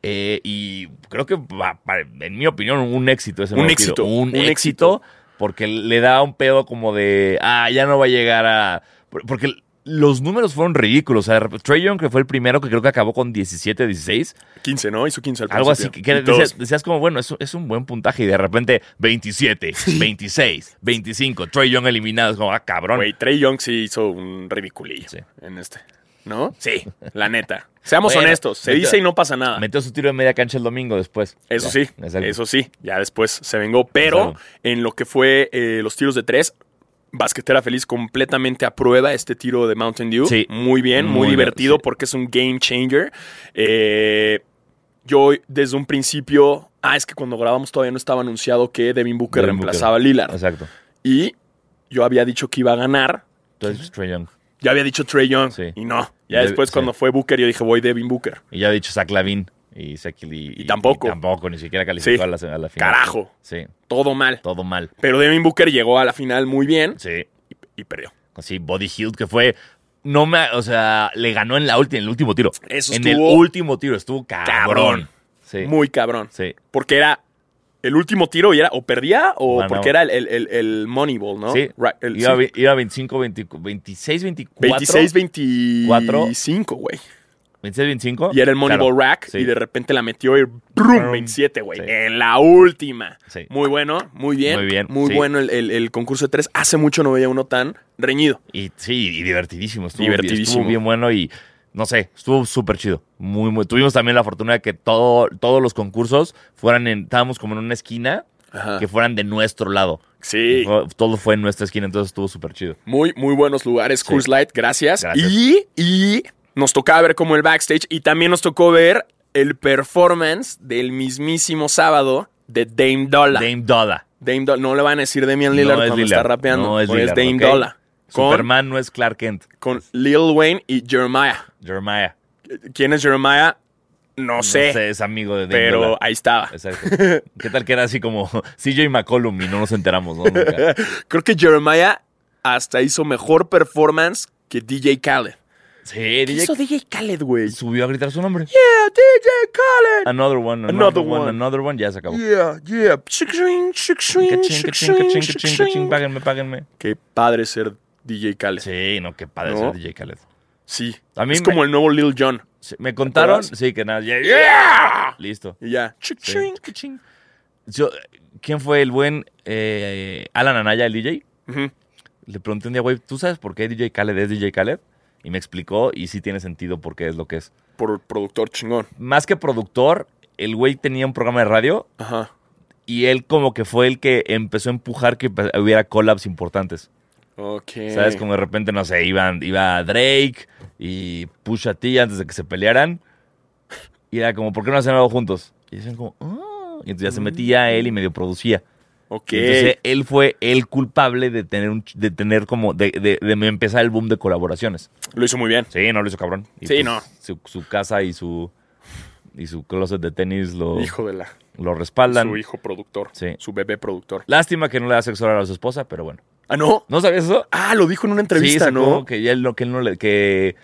Eh, y creo que, va- va- en mi opinión, un éxito ese
Un
nuevo
éxito,
tiro. Un,
un
éxito.
éxito.
Porque le da un pedo como de, ah, ya no va a llegar a... por- Porque los números fueron ridículos. O sea, Trey Young, que fue el primero, que creo que acabó con 17, 16.
15, ¿no? Hizo 15 al
Algo así que,
principio.
que
Y todos,
decías, decías como, bueno, es, es un buen puntaje y de repente 27, 26, 25, Trey Young eliminado. Es como, ah, cabrón.
Güey, Trey Young sí hizo un ridiculillo
Sí.
en este. ¿No? Sí, la neta. Seamos
Bueno,
honestos, se
neta.
dice y no pasa nada.
Metió su tiro de media cancha el domingo después.
Eso
Ya,
sí,
exacto.
eso sí, ya después se vengó, pero
Exacto.
en lo que fue eh, los tiros de tres, Basquetera Feliz completamente aprueba este tiro de Mountain Dew.
Sí.
Muy bien, muy,
Muy bien,
divertido
sí.
porque es un game changer. Eh, yo desde un principio, ah, es que cuando grabamos todavía no estaba anunciado que Devin Booker
Devin
reemplazaba
Booker.
a Lillard.
Exacto.
Y yo había dicho que iba a ganar,
Entonces, Trey Young.
yo había dicho Trey Young,
Sí.
y no. Ya
Dev-
después
sí.
cuando fue Booker yo dije, voy Devin Booker.
Y ya he dicho Zach Lavin y, Zach- y-
Y tampoco.
y tampoco, ni siquiera calificó
Sí.
a, la, a la final.
Carajo.
Sí,
Todo mal.
todo mal.
Pero Devin Booker llegó a la final muy bien
Sí.
y- y perdió.
Sí, Body Hield, que fue. No me. O sea, le ganó en la última, en el último tiro.
Eso
en
estuvo-
el último tiro, estuvo cabrón.
Cabrón.
Sí.
Muy cabrón.
Sí.
Porque era el último tiro y era o perdía o
Ganaba.
porque era el, el, el, el Moneyball, ¿no?
Sí.
Ra- el-
iba,
sí.
ve- iba 25, 20, 26, 24.
26,
4.
25, güey.
26, 25.
Y era el Moneyball
Claro,
Rack
sí.
y de repente la metió y ¡brum! 27, güey.
Sí.
En la última.
Sí.
Muy bueno, muy bien.
Muy bien, sí.
bueno el, el- el concurso de tres. Hace mucho no veía uno tan reñido.
Y sí, y divertidísimo. Estuvo,
Divertidísimo.
estuvo bien bueno y no sé, estuvo súper chido. Muy, muy. Tuvimos también la fortuna de que todo, todos los concursos fueran en. Estábamos como en una esquina
Ajá.
que fueran de nuestro lado.
Ah. Sí.
Fue- Todo fue en nuestra esquina, entonces estuvo súper chido.
Muy, muy buenos lugares, Cruise Light, gracias.
Gracias.
Y, y nos tocaba ver como el backstage y también nos tocó ver el performance del mismísimo sábado de Dame Dolla. Dame,
Dame Dolla.
Dolla- no le van a decir Damian Lillard
No es
cuando
Lillard,
está rapeando,
no es
pues
Lillard,
Dame
¿ok?
Dolla. Con,
Superman no es Clark Kent.
con Lil Wayne y Jeremiah.
Jeremiah.
¿Quién es Jeremiah? No sé,
es amigo de Dame
pero
Dolla.
ahí estaba.
Exacto. ¿Qué tal que era así como CJ McCollum y no nos enteramos, ¿no? Nunca.
Creo que Jeremiah hasta hizo mejor performance que DJ Khaled.
Sí,
¿Qué
DJ
hizo DJ Khaled, güey?
subió a gritar su nombre.
Yeah, DJ Khaled.
Another one, another,
Another
one,
one.
another one. Ya se acabó.
Oh. Yeah, yeah. Shik-shing,
Cachín, cachín,
shik-shing, shik-shing,
cachín, cachín,
shik-shing.
cachín, páguenme, páguenme.
Qué padre ser DJ Khaled. Sí.
Sí, no, qué padre
No.
ser DJ Khaled. A mí
es
me-
como el nuevo Lil Jon.
Sí, Me contaron,
acuerdas?
sí, que nada. ya-
Yeah.
Listo.
Y ya.
Sí.
Shik-shing.
Cachín. Yo, ¿Quién fue el buen eh, Alan Anaya, el DJ?
Ujú.
Le pregunté un día, güey, ¿tú sabes por qué DJ Khaled es DJ Khaled? Y me explicó y sí tiene sentido por qué es lo que es.
Por productor chingón.
Más que productor, el güey tenía un programa de radio
Ajá.
y él como que fue el que empezó a empujar que empe- hubiera collabs importantes.
Ok.
¿Sabes? Como de repente, no sé, iban, iba Drake y Pusha T antes de que se pelearan. Y era como, ¿por qué no hacen algo juntos? Y decían como, "Ah". Y entonces ya se
Mm.
metía él y medio producía.
Ok.
Y entonces eh, él fue el culpable de tener, un, ch- de tener como, de, de- de empezar el boom de colaboraciones.
Lo hizo muy bien.
Sí, no lo hizo cabrón. Y pues
Sí, no.
Su, su casa y su, y su closet de tenis lo...
Hijo de la.
lo respaldan.
Su hijo productor.
Oh. Sí.
Su bebé productor.
Lástima que no le da sexo oral a su esposa, pero bueno.
¿Ah, no?
¿No sabías eso?
Ah, lo dijo en una
sí,
entrevista,
sacó
¿no?
Que ya él no, que él no le- que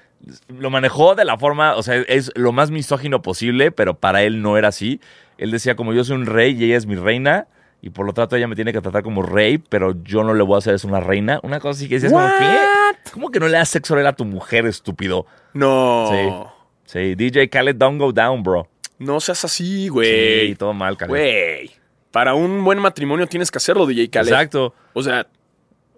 lo manejó de la forma, o sea, es lo más misógino posible, pero para él no era así. Él decía, como yo soy un rey y ella es mi reina, y por lo tanto ella me tiene que tratar como rey, pero yo no le voy a hacer eso a una reina. Una cosa así que decías, como,
What?
¿qué? ¿Cómo que no le das sexo oral a tu mujer, estúpido?
No.
Sí, DJ Khaled, don't go down, bro.
No seas así,
Sí,
güey.
todo mal, Khaled.
Güey. Para un buen matrimonio tienes que hacerlo, DJ Khaled.
Exacto.
O sea,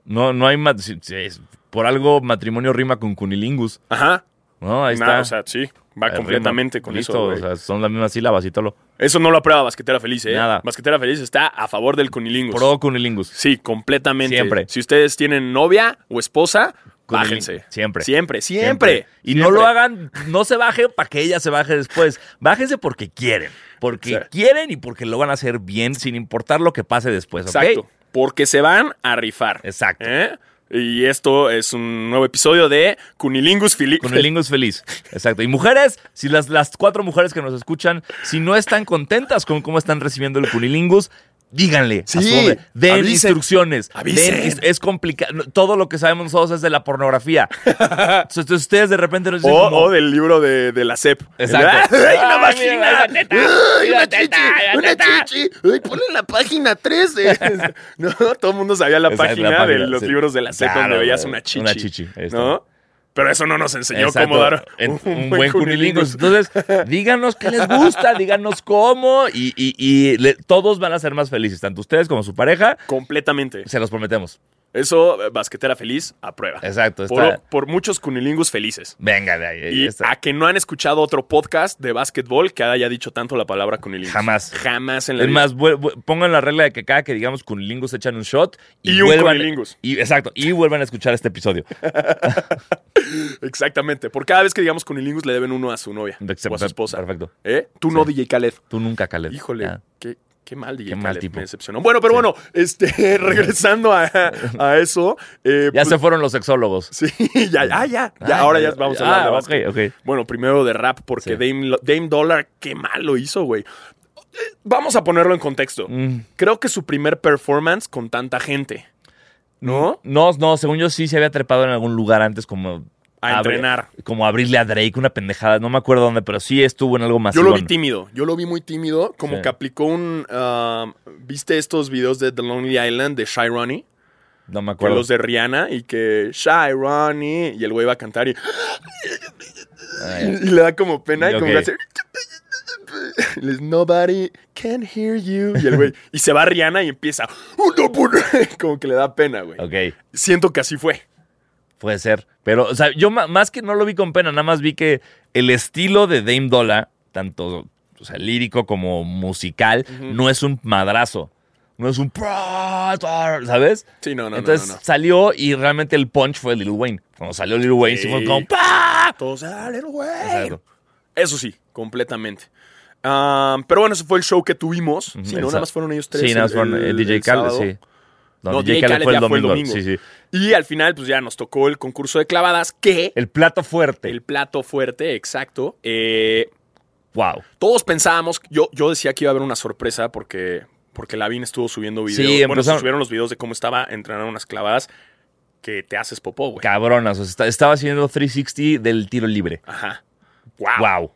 No, no hay... mat- sí, sí, es- Por algo matrimonio rima con cunilingus,
ajá.
¿no? Ahí está.
Nah, o sea, sí. Va
Eh,
completamente
rima.
con
Listo,
eso, güey.
o sea, son las mismas sílabas y todo lo...
Eso no lo aprueba Basquetera Feliz, ¿eh?
Nada.
Basquetera Feliz está a favor del cunilingus.
Pro cunilingus.
Sí, completamente.
Siempre.
Si ustedes tienen novia o esposa,
Cunilin-
bájense.
Siempre.
Siempre, siempre.
Y no lo
Siempre.
hagan, no se bajen para que ella se baje después. Bájense porque quieren. Porque
Sí.
quieren y porque lo van a hacer bien sin importar lo que pase después, ¿ok?
Exacto. Porque se van a rifar.
Exacto.
¿Eh? Y esto es un nuevo episodio de Cunilingus Fili-
Cunilingus feliz. Exacto. Y mujeres, si las, las cuatro mujeres que nos escuchan, si no están contentas con cómo están recibiendo el cunilingus, díganle. a su
Sí,
hombre. Den
avisen.
instrucciones.
Avisen.
Den ins- es complicado. Todo lo que sabemos nosotros es de la pornografía. Entonces, entonces, ustedes de repente nos
O,
dicen como-
o del libro de, de la CEP.
Exacto.
¡Ay, una
Ay,
vagina!
mira, una teta, mira,
¡Ay, una
teta,
chichi!
mira,
¡Una
teta.
chichi! ¡Ay, ponle en la página 13! no, todo el mundo sabía la
Esa es
página,
la página,
de los
sí.
libros de la CEP
Claro,
donde veías
güey,
una chichi.
una chichi, ahí está.
¿No? Pero eso no nos enseñó
Exacto.
cómo dar
En-
un,
un
buen
buen
cunilingus.
cunilingus. Entonces, díganos qué les gusta, díganos cómo y, y- y le- todos van a ser más felices, tanto ustedes como su pareja.
Completamente.
Se los prometemos.
Eso, eh, basquetera feliz, aprueba.
Exacto,
Por,
está-
por muchos cunilingus felices.
Venga, de ahí. ahí
Y
está.
a que no han escuchado otro podcast de básquetbol que haya dicho tanto la palabra cunilingus.
Jamás.
Jamás en la
Es
vida.
más, vuel- vuel- pongan la regla de que cada que digamos cunilingus echan un shot
Y un cunilingus.
y- exacto, y vuelvan a escuchar este episodio.
Exactamente. Por cada vez que digamos cunilingus le deben uno a su novia o a su esposa.
Perfecto.
¿Eh? Tú no, DJ Khaled.
Tú nunca, Caleb.
Híjole,
Ah,
qué, qué mal, DJ
Qué
Khaled.
mal tipo.
Me decepcionó. Bueno, pero bueno, este, regresando a, a eso. eh,
Ya
pues-
se fueron los sexólogos.
Sí, ya, ya, ya. ya,
Ah,
ahora ya vamos a hablar de
ah,
básquet.
ok, ok.
Bueno, primero de rap,
Sí.
porque Dame, Lo- Dame Dollar, qué mal lo hizo, güey. Eh, Vamos a ponerlo en contexto.
Mm.
Creo que su primer performance con tanta gente. ¿No?
No, no, según yo sí se había trepado en algún lugar antes como...
A
abri-
entrenar.
Como abrirle a Drake una pendejada, no me acuerdo dónde, pero sí estuvo en algo más.
Yo lo vi tímido, yo lo vi muy tímido, como
Sí.
que aplicó un... um, ¿Viste estos videos de The Lonely Island de Shy Ronnie?
No me
Con
acuerdo.
los de Rihanna y que Shy Ronnie y el güey va a cantar y,
Ay,
y le da como pena y como que
Ah, Ok.
hace... y le dice, Nobody can hear you. Y el güey... Y se va Rihanna y empieza... "Oh, no, por-" Como que le da pena, güey.
ok,
Siento que así fue.
puede ser. Pero, o sea, yo ma- más que no lo vi con pena, nada más vi que el estilo de Dame Dola, tanto o sea, lírico como musical, no es un madrazo. No es un... ¿Sabes?
Sí, no, no, no,
Entonces
no, no.
salió y realmente el punch fue Lil Wayne. Cuando salió Lil Wayne, sí, fue
Sí.
como... ¡pah!
Todos, "Ah, Little Wayne".
Exacto.
Eso sí, completamente. Ah, pero bueno, ese fue el show que tuvimos. Sí,
el
no, nada
sa-
más fueron ellos tres.
Sí, nada más
el-
fueron eh,
el-
DJ
el
Khaled,
sábado.
sí. No,
No,
DJ
DJ
Khaled fue el
ya fue el
domingo.
domingo.
Sí, sí.
Y al final, pues ya nos tocó el concurso de clavadas, que el,
El plato fuerte.
plato fuerte, exacto. Eh,
Wow.
todos pensábamos, yo, yo decía que iba a haber una sorpresa porque, porque Lavín estuvo subiendo videos.
Sí,
bueno, se
empezaron-
subieron los videos de cómo estaba entrenando unas clavadas que te haces popó, güey.
Cabronas. O sea, está- estaba haciendo 360 del tiro libre.
Ajá. wow.
Wow.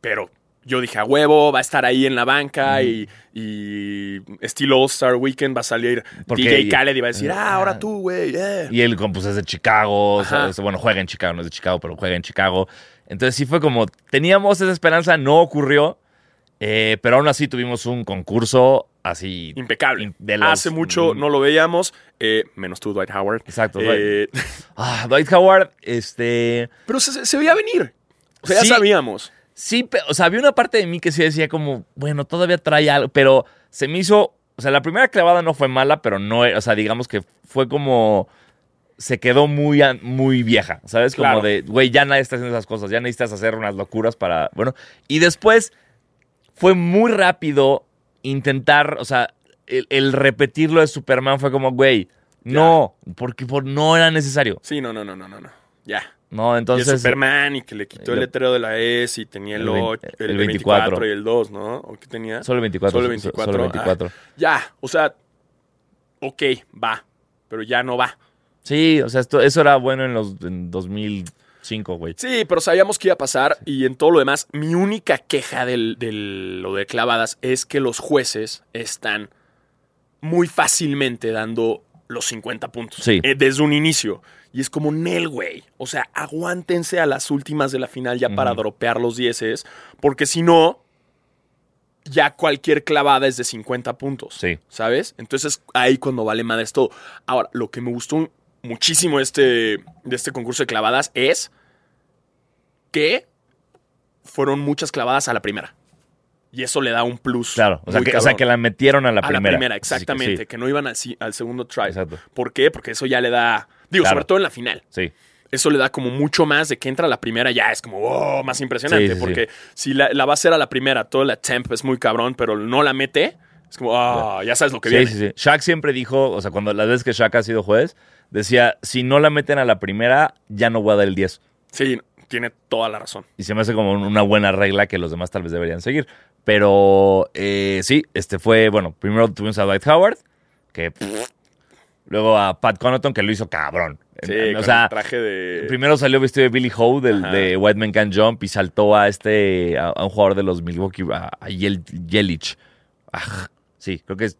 Pero yo dije, a huevo, va a estar ahí en la banca y, y estilo All-Star Weekend va a salir
Porque-
DJ Khaled y va a decir, ah, ahora
Ah.
tú, güey, yeah".
Y él, como, pues, es de Chicago. o sea,
Ajá.
es- bueno, juega en Chicago, no es de Chicago, pero juega en Chicago. Entonces sí fue como, teníamos esa esperanza, no ocurrió. eh, pero aún así tuvimos un concurso así.
Impecable.
in- de los-
Hace mucho no lo veíamos, eh, menos tú, Dwight Howard.
Exacto.
Eh,
Ah, Dwight Howard, este...
pero se, se veía venir. O sea,
Sí.
ya sabíamos.
Sí, pe- o sea, había una parte de mí que sí decía como, bueno, todavía trae algo, pero se me hizo, o sea, la primera clavada no fue mala, pero no, e- o sea, digamos que fue como, se quedó muy, an- muy vieja, ¿sabes? Como
Claro.
de, güey, ya nadie está haciendo esas cosas, ya necesitas hacer unas locuras para, bueno, y después fue muy rápido intentar, o sea, el, el repetirlo de Superman fue como, güey, no, porque por, no era necesario.
Sí, no, no, no, no, no. no. Ya.
No,
Y el
entonces.
Superman y que le quitó el
lo-
letrero de la S y tenía el,
el vein-
ocho- el
el
24.
24
y el 2, ¿no? ¿O qué tenía?
Solo el 24.
Solo el
so-
24.
Solo el
ah.
24.
Ya, o sea, ok, va, pero ya no va.
Sí, o sea, esto, eso era bueno en los en 2005, güey.
Sí, pero sabíamos que iba a pasar y en todo lo demás, mi única queja del, del- lo de clavadas es que los jueces están muy fácilmente dando los 50 puntos
Sí.
eh, desde un inicio. Y es como Nel, güey. O sea, aguántense a las últimas de la final ya para
Ujú.
dropear los 10, porque si no, ya cualquier clavada es de 50 puntos.
Sí.
¿Sabes? Entonces ahí cuando vale madres todo. Ahora, lo que me gustó muchísimo este, de este concurso de clavadas es que fueron muchas clavadas a la primera. Y eso le da un plus.
Claro, o sea,
muy
que, o sea,
cabrón.
que la metieron a la
a
primera.
la primera,
Así que sí,
exactamente. Que no iban al, si- al segundo try.
Exacto.
¿Por qué? Porque eso ya le da. Digo,
Claro.
sobre todo en la final
Sí,
eso le da como mucho más de que entra la primera, ya es como wow, más impresionante.
Sí, sí,
porque si la, la va a hacer a la primera, todo el attempt es muy cabrón, pero no la mete, es como, ah, ya sabes lo que
sí,
viene.
sí, sí. Shaq siempre dijo, o sea, cuando las veces que Shaq ha sido juez, decía, si no la meten a la primera, ya no voy a dar el 10.
Sí, tiene toda la razón.
Y se me hace como un- una buena regla que los demás tal vez deberían seguir. Pero eh, sí, este fue, bueno, primero tuvimos a Dwight Howard, que... pff, luego a Pat Connaughton, que lo hizo cabrón.
Sí,
Eh,
con el traje de.
Primero salió vestido de Billy Howe del,
Ajá.
de White Man Can Jump y saltó a este a, a un jugador de los Milwaukee, a, a Yel- Yelich. Aj, sí, creo que es.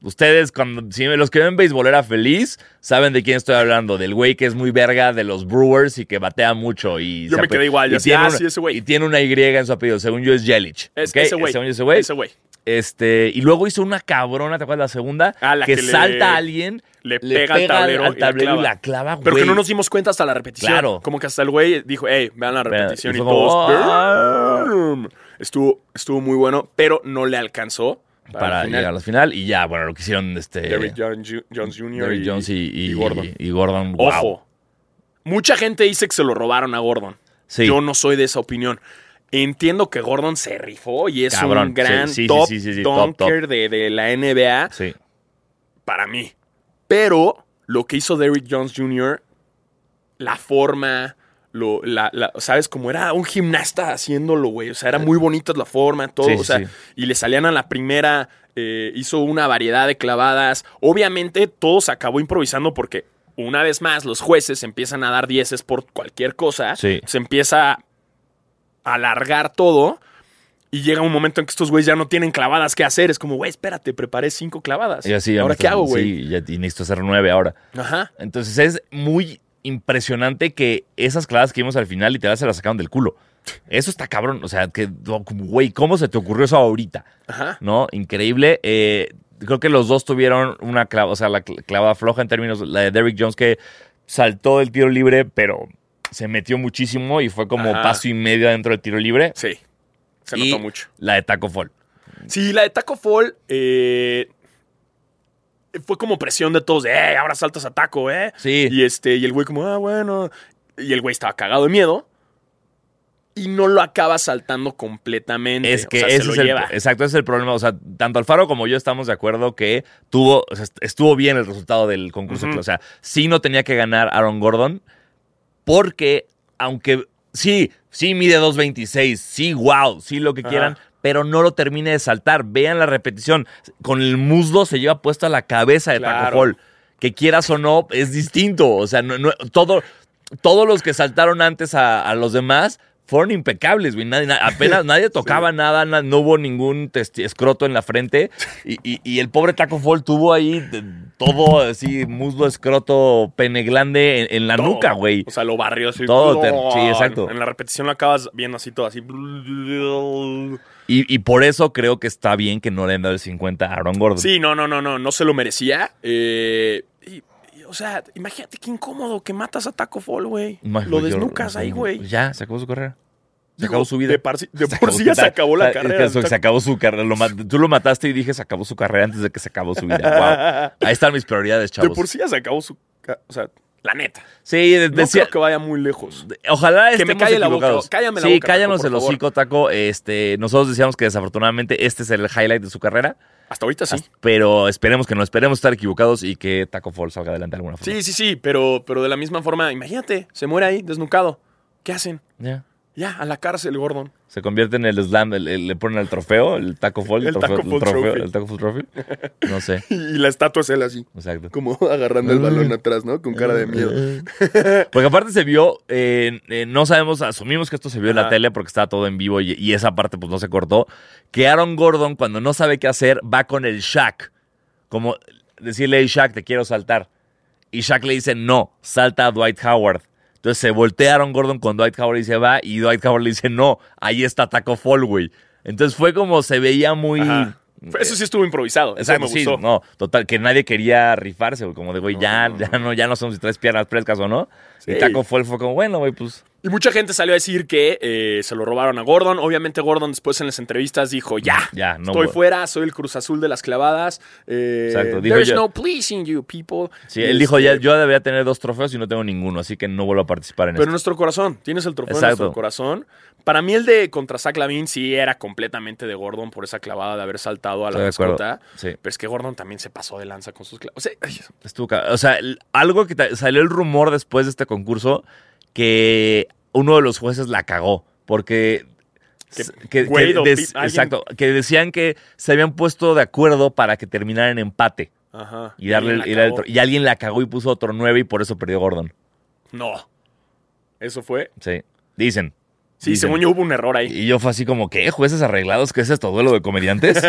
Ustedes, cuando, si los que ven beisbolera feliz, saben de quién estoy hablando. Del güey que es muy verga de los Brewers y que batea mucho. Y
Yo
se
me
ape-
quedé igual, yo así,
tiene
ah,
una-
sí, ese güey.
Y tiene una Y en su apellido. Según yo es Yelich.
Es-
¿ok?
ese güey.
Según yo ese güey.
Ese güey.
Este, y luego hizo una cabrona, ¿te acuerdas? La segunda.
Ah, la
que,
que le-
salta a alguien,
le pega al tablero y la
y
clava.
la clava, Ah, güey.
Pero que no nos dimos cuenta hasta la repetición.
Claro.
Como que hasta el güey dijo, hey, vean la
Vean,
repetición
y
y,
fue como,
todos.
"Ah".
"Damn". Estuvo, estuvo muy bueno, pero no le alcanzó para,
para,
la final.
llegar a la final. Y ya, bueno, lo que hicieron este,
Derrick John- Ju- Jones Jr.
Derrick
y,
Jones y, y-
y Gordon.
y Gordon, wow.
Ojo. Mucha gente dice que se lo robaron a Gordon.
Sí.
Yo no soy de esa opinión. Entiendo que Gordon se rifó y es
Cabrón,
un gran
sí, sí,
top
sí, sí, sí, top,
dunker De, de la NBA
Sí.
para mí. Pero lo que hizo Derrick Jones Jr., la forma, lo, la, la- ¿sabes? Como era un gimnasta haciéndolo, güey. O sea, era muy bonita la forma, todo.
Sí,
o sea,
sí.
y le salían a la primera, eh, hizo una variedad de clavadas. Obviamente, todo se acabó improvisando porque, una vez más, los jueces empiezan a dar dieces por cualquier cosa.
Sí.
Se empieza a alargar todo. Y llega un momento en que estos güeyes ya no tienen clavadas que hacer. Es como, güey, espérate, preparé cinco clavadas.
Y así ya
¿Ahora
me
qué
estás-
hago, güey?
Sí, ya, y necesito hacer nueve ahora.
Ajá.
Entonces es muy impresionante que esas clavadas que vimos al final literal se las sacaron del culo. Eso está cabrón. O sea, que, no, como, güey, ¿cómo se te ocurrió eso ahorita?
Ajá.
¿no? Increíble. Eh, creo que los dos tuvieron una clava, o sea, la cl- clava floja en términos, la de Derrick Jones que saltó del tiro libre, pero se metió muchísimo y fue como
Ajá.
paso y medio dentro del tiro libre.
Sí. Se
Y
notó mucho.
La de Taco Fall.
Sí, la de Taco Fall eh, fue como presión de todos. de, Eh, ahora saltas a Taco, eh.
Sí.
Y este, y el güey como, ah, bueno. Y el güey estaba cagado de miedo. Y no lo acaba saltando completamente.
Es que
o sea,
ese
se lo
es el,
lleva.
exacto, ese es el problema. O sea, tanto Alfaro como yo estamos de acuerdo que tuvo, o sea, est- estuvo bien el resultado del concurso.
Ujú.
O sea, sí no tenía que ganar Aaron Gordon porque, aunque sí, sí mide 2.26, sí, wow, sí lo que
Ajá.
quieran, pero no lo termine de saltar. Vean la repetición. Con el muslo se lleva puesto a la cabeza de
Claro.
Taco Fall. Que quieras o no, es distinto. O sea, no- no- todo, todos los que saltaron antes a, a los demás fueron impecables, güey. Nadie- na- apenas nadie tocaba nada, na- no hubo ningún testi- escroto en la frente. Y, y- y el pobre Taco Fall tuvo ahí de- todo así, muslo, escroto, pene grande en, en la
Todo.
nuca, güey.
O sea, lo barrió así.
Todo ter- sí, exacto.
En la repetición lo acabas viendo así todo así.
Y, y por eso creo que está bien que no le han dado el 50 a Aaron Gordon.
Sí, no, no, no, no, no se lo merecía. Eh, y- y, o sea, imagínate qué incómodo que matas a Taco Fall, güey.
Ma-
Lo
yo-
desnucas
no sé,
ahí, güey.
Ya, se acabó su carrera. Se
Digo,
acabó su vida.
De, par- de
Se
por
acabó
sí
su-
ya se
ta-
acabó
ta-
la
es que
carrera.
eso, se acabó su carrera. Lo mat- tú lo mataste y dije se acabó su carrera antes de que se acabó su vida. Wow. Ahí están mis prioridades,
de
chavos.
por sí ya se acabó su. ca- O sea, La neta.
Sí, de-
No
decía-
creo que vaya muy lejos.
Ojalá
Que me
estemos
calle la boca,
equivocados.
cállame la
sí,
boca, Taco,
cállanos
por
el
favor.
hocico, Taco. Este, nosotros decíamos que desafortunadamente este es el highlight de su carrera,
Hasta ahorita sí.
pero esperemos que no, esperemos estar equivocados y que Taco Fall salga adelante de alguna forma.
Sí, sí, sí, pero, pero de la misma forma, imagínate, se muere ahí, desnucado. ¿Qué hacen?
Ya.
Ya, a la cárcel, Gordon.
Se convierte en el slam, el- el- le ponen el trofeo, el Taco Fall, el,
El
trofeo,
Taco
el
Fall
trofeo,
Trophy.
el Taco Fall Trophy. No sé,
Y la estatua es él así,
exacto.
como agarrando el balón atrás, ¿no? Con cara de miedo.
Porque aparte se vio, eh, eh, no sabemos, asumimos que esto se vio en la
Ajá.
tele porque estaba todo en vivo y, y esa parte pues no se cortó. Que Aaron Gordon, cuando no sabe qué hacer, va con el Shaq. Como decirle, hey Shaq, te quiero saltar. Y Shaq le dice, no, salta a Dwight Howard. Entonces se voltea Aaron Gordon con Dwight Howard y se va. Y Dwight Howard le dice, no, ahí está Taco Fall, güey. Entonces fue como se veía muy...
Ajá. Eso sí estuvo improvisado. Eso
Exacto,
me
sí,
gustó.
no, total, que nadie quería rifarse, güey, como de, güey, ya, ya no, ya no somos si traes piernas frescas o no. Y
Sí.
Taco Fall fue como, bueno, güey, pues,
Y mucha gente salió a decir que eh, se lo robaron a Gordon. Obviamente Gordon después en las entrevistas dijo, ya,
Ya, no
estoy
voy".
fuera, soy el Cruz Azul de las clavadas. Eh,
Exacto, dijo
There's
yo-
no pleasing you, people.
sí,
Y
él dijo, ya,
este,
yo debería tener dos trofeos y no tengo ninguno, así que no vuelvo a participar en
Pero en
esto.
nuestro corazón, tienes el trofeo
Exacto.
en nuestro corazón. Para mí el de contra Zach Lavin sí era completamente de Gordon por esa clavada de haber saltado a la
Estoy de
mascota.
acuerdo. Sí,
Pero es que Gordon también se pasó de lanza con sus clavas. O sea, ay,
estuvo ca- O sea, el- algo que ta- salió el rumor después de este concurso que uno de los jueces la cagó, porque...
Que
s- que- que
Wade o
des-
Pip- alguien-
exacto, que decían que se habían puesto de acuerdo para que terminara en empate
ajá.
y darle
Alguien
el- y
la
darle el
cagó.
tro- y alguien la cagó y puso otro 9 y por eso perdió Gordon.
No. Eso fue.
Sí. Dicen.
Sí,
Dicen.
según yo hubo un error ahí.
Y yo fue así como, ¿qué? ¿Jueces arreglados? ¿Qué es esto? ¿Duelo de comediantes?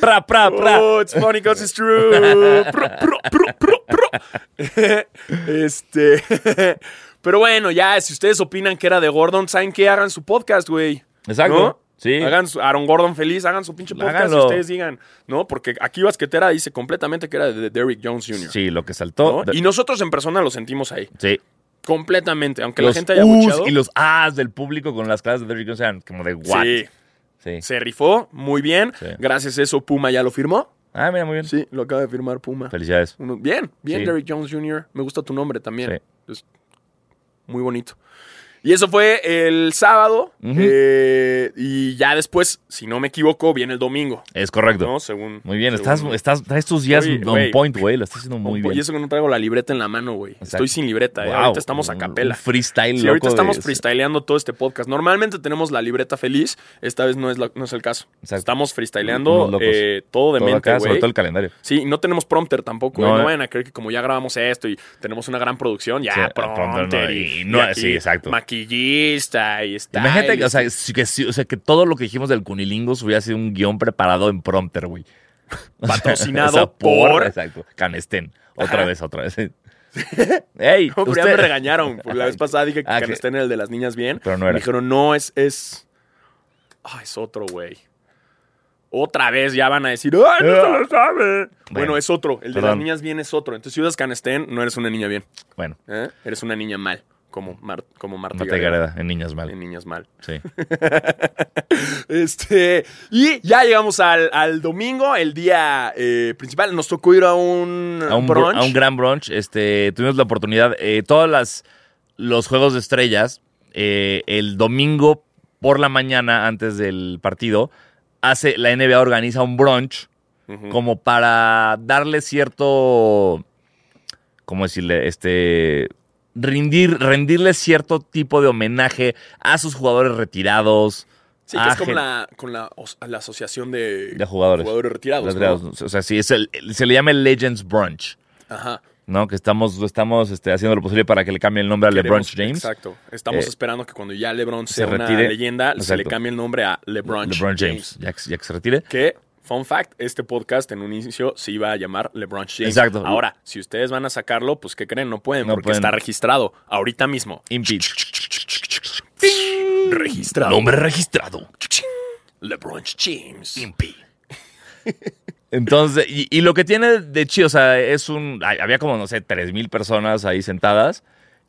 pra, pra, pra.
Oh, it's funny because it's true. Pro, pro, pro, pro, pro. Este. Pero bueno, ya, si ustedes opinan que era de Gordon, saben que hagan su podcast, güey.
Exacto.
¿No?
Sí.
Hagan su, Aaron Gordon feliz, hagan su pinche podcast
Háganlo.
y ustedes digan, ¿no? Porque aquí Basquetera dice completamente que era de Derrick Jones Jr.
Sí, lo que saltó.
¿no? Y nosotros en persona lo sentimos ahí.
Sí.
Completamente. Aunque
los
la gente haya
us
bucheado.
y los as del público con las clases de Derrick Jones eran como de what.
Sí,
Sí.
se rifó muy bien.
Sí.
Gracias a eso, Puma ya lo firmó.
Ah, mira, muy bien.
Sí, lo acaba de firmar Puma.
Felicidades.
Uno- bien, bien,
Sí.
Derrick Jones Jr. Me gusta tu nombre también. Es muy bonito. Y eso fue el sábado.
Ujú.
eh, y ya después, si no me equivoco, viene el domingo.
Es correcto.
¿No? Según.
Muy bien. Estás,
según-
estás, traes tus días
Oye,
on
güey.
point, güey. Lo estás haciendo muy bien.
Y eso que no traigo la libreta en la mano, güey. Estoy sin libreta. eh.
Wow,
Ahorita estamos a
un-
capela.
un freestyle
Sí,
loco
ahorita estamos
de-
freestyleando todo este podcast. Normalmente tenemos la libreta feliz. Esta vez no es, la- no es el caso.
Exacto.
Estamos
Unos
freestyleando
locos.
eh, todo de
todo
mente,
acá, sobre
güey.
todo el calendario.
Sí, no tenemos prompter tampoco. No,
No,
no
eh.
vayan a creer que como ya grabamos esto y tenemos una gran producción, ya
Sí, el
prompter,
prompter no,
y,
y no,
y aquí
sí, exacto.
maquillista y está.
Imagínate, que, o sea, si- que, si- o sea, que todo lo que dijimos del Cunilingus hubiera sido un guión preparado en prompter, güey.
patrocinado
O sea,
por.
Exacto. Canestén. Otra
Ajá.
vez, otra vez. ¡Ey!
No, pero ya
usted-
me regañaron. porque La vez pasada dije que
Ah, que-
Canestén era el de las niñas bien.
Pero no era.
Me dijeron, no, es. es... Ah, es otro, güey. Otra vez ya van a decir, ¡ay, no se lo sabe! Bueno,
Bueno,
es otro. El de las
perdón.
niñas bien es otro. Entonces, si usas Canestén, no eres una niña bien.
Bueno,
¿eh? Eres una niña mal. Como, Mar- como Marta
Marta
Gareda.
Gareda, en Niñas Mal.
En niñas mal.
Sí.
Este, y ya llegamos al, al domingo, el día eh, principal. Nos tocó ir a un,
A un, br-
brunch.
a un gran brunch. Este, tuvimos la oportunidad. eh, todas las los juegos de estrellas, eh, el domingo por la mañana, antes del partido, hace, la NBA organiza un brunch.
Ujú.
como para darle cierto, ¿cómo decirle? Este, rendir, rendirle cierto tipo de homenaje a sus jugadores retirados.
Sí, que es
Ah,
como
gen-
la, con la, os- la asociación de,
De jugadores.
retirados. ¿no?
retirados. O sea, sí, es el- el- se le llama el Legends Brunch,
Ajá.
¿no? Que estamos, estamos este, haciendo lo posible para que le cambie el nombre a LeBron
Queremos-
James.
Exacto. Estamos
Eh,
esperando que cuando ya LeBron
se
sea una
retire.
leyenda, se le
Exacto.
cambie el nombre a LeBron,
LeBron James, ya que, ya que se retire.
Que, fun fact, este podcast en un inicio se iba a llamar LeBron James.
Exacto.
Ahora, si ustedes van a sacarlo, pues ¿qué creen? No pueden
No
porque
pueden.
está registrado ahorita mismo.
Impeach.
Registrado.
Nombre registrado.
LeBron James.
Entonces, y, y lo que tiene de chido, o sea, es un. hay- Había como, no sé, 3.000 personas ahí sentadas.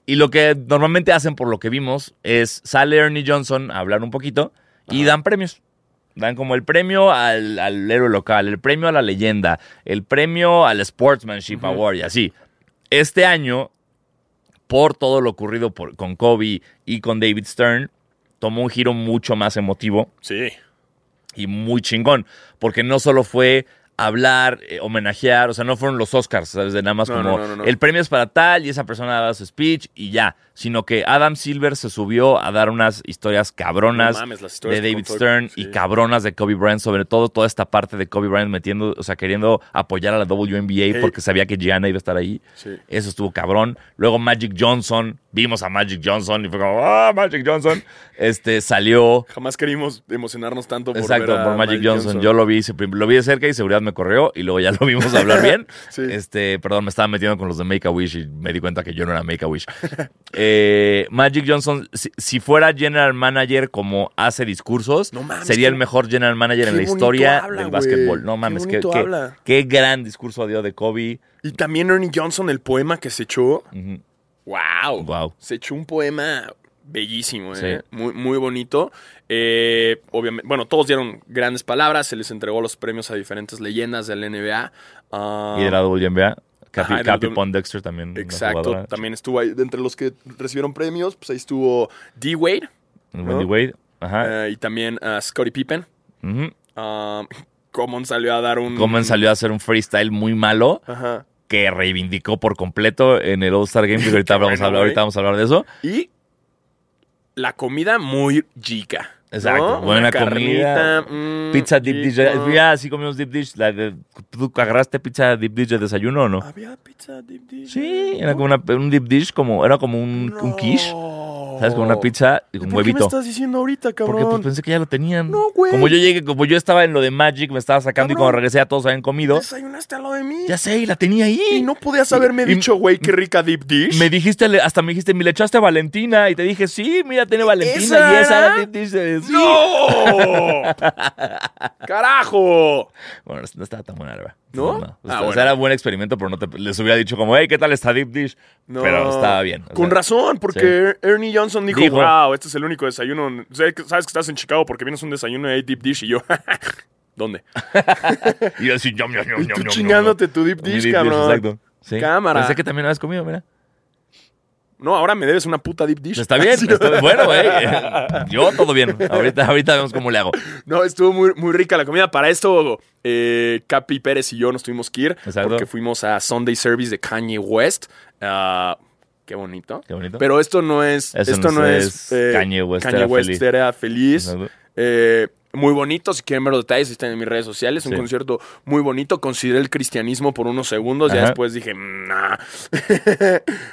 Y lo que normalmente hacen, por lo que vimos, es sale Ernie Johnson a hablar un poquito y dan premios. Dan como el premio al, al héroe local, el premio a la leyenda, el premio al Sportsmanship Award y así. Este año, por todo lo ocurrido por- con Kobe y con David Stern, tomó un giro mucho más emotivo
Sí.
y muy chingón, porque no solo fue hablar, eh, homenajear, o sea, no fueron los Oscars, ¿sabes? De nada más
No,
como
no, no, no, no.
el premio es para tal y esa persona da su speech y ya, sino que Adam Silver se subió a dar unas historias cabronas
No mames, las
de
historias que
David
contó,
Stern
sí.
y cabronas de Kobe Bryant, sobre todo toda esta parte de Kobe Bryant metiendo, o sea, queriendo apoyar a la WNBA
Ey.
porque sabía que Gianna iba a estar ahí.
Sí.
Eso estuvo cabrón. Luego Magic Johnson, vimos a Magic Johnson y fue como, ah, Magic Johnson. Este salió
Jamás queríamos emocionarnos tanto por
Exacto,
ver a
por Magic Johnson. Yo lo vi, se- lo vi de cerca y seguridad me corrió y luego ya lo vimos hablar bien.
Sí.
Este, perdón, me estaba metiendo con los de Make a Wish y me di cuenta que yo no era Make a Wish. Eh, Magic Johnson, si, si fuera general manager como hace discursos,
No mames,
sería
qué-
el mejor general manager en
qué
la
bonito
historia
habla,
del
güey.
básquetbol. No
Qué
mames, qué,
bonito
qué-
habla.
qué gran discurso dio de Kobe.
Y también Ernie Johnson, el poema que se echó.
Ujú.
¡Wow!
Wow.
Se echó un poema bellísimo, ¿eh?
Sí.
Muy, muy bonito. Eh, obviamente, bueno, todos dieron grandes palabras. Se les entregó los premios a diferentes leyendas del NBA. Ah,
Y de la WNBA, Capi,
Ajá, y de la
Capi
W-
Pondexter también. una
Exacto.
jugadora.
También estuvo ahí, de entre los que recibieron premios, pues ahí estuvo D-Wade
Wendy
¿no?
Wade. Ajá.
eh, y también ah, Scottie Pippen.
Ujú.
Ah, Common salió a dar un...
Coman salió a hacer un freestyle muy malo.
Ajá.
que reivindicó por completo en el All-Star Game. que ahorita,
Qué
vamos a
bueno,
hablar, ahorita
güey.
vamos a hablar de eso.
Y la comida muy chica. ¿no?
Exacto,
Una
buena comida.
carnita, mm,
Pizza Deep Dish.
chica.
Ya, así comimos Deep Dish. La de- ¿Tú agarraste pizza Deep Dish de desayuno o no?
¿Había pizza deep dish?
Sí, era como una- un Deep Dish, como, era como un, un quiche. ¿Sabes? Con una pizza y un
¿Por qué me
huevito.
estás diciendo ahorita,
Porque pues,
cabrón?
pensé que ya lo tenían.
No, güey.
Como yo llegué, como yo estaba en lo de Magic, me estaba sacando y
Cabrón.
cuando regresé ya todos habían comido.
Desayunaste al lado de mí.
Ya sé, y la tenía ahí.
Y no podías haberme
y-
dicho, güey, qué rica deep dish.
Me dijiste, le- hasta me dijiste, me le echaste a Valentina. Y te dije, sí, mira, tiene Valentina.
¿Esa
y esa
era?
era Deep Dish. de- sí.
¡No! ¡Carajo!
Bueno, no estaba tan buena, la verdad.
¿No?
O sea,
Ah,
o sea,
bueno.
era buen experimento, pero no te, les hubiera dicho como, hey, ¿qué tal está Deep Dish?
No.
Pero estaba bien. o
Con
sea,
razón, porque Ernie Johnson dijo,
Dijo.
wow, este es el único desayuno. Sé que- Sabes que estás en Chicago porque vienes a un desayuno de deep dish y yo, ¿dónde?
Y yo así, ñom, ñom, ñom,
Y
ñom,
tú
ñom,
chingándote tu deep
ñom, ñom. Mi
dish, cabrón.
exacto. Sí.
Cámara.
Pensé que también habías comido, mira. Pues
No, ahora me debes una puta deep dish.
Está bien.
Sí,
está bien. Bueno, güey. Yo todo bien. Ahorita, ahorita vemos cómo le hago.
No, estuvo muy, muy rica la comida. Para esto, eh, Capi Pérez y yo nos tuvimos que ir
Exacto.
porque fuimos a Sunday Service de Kanye West. Ah, qué bonito.
Qué bonito.
Pero esto no es.
Eso
esto no, es. eh,
Kanye West
Kanye
era
West
feliz.
era feliz.
Exacto.
Eh, muy bonito, si quieren ver los detalles, están en mis redes sociales. Un
Sí.
concierto muy bonito. Consideré el cristianismo por unos segundos, ya
Ajá.
después dije, "Mm, nah".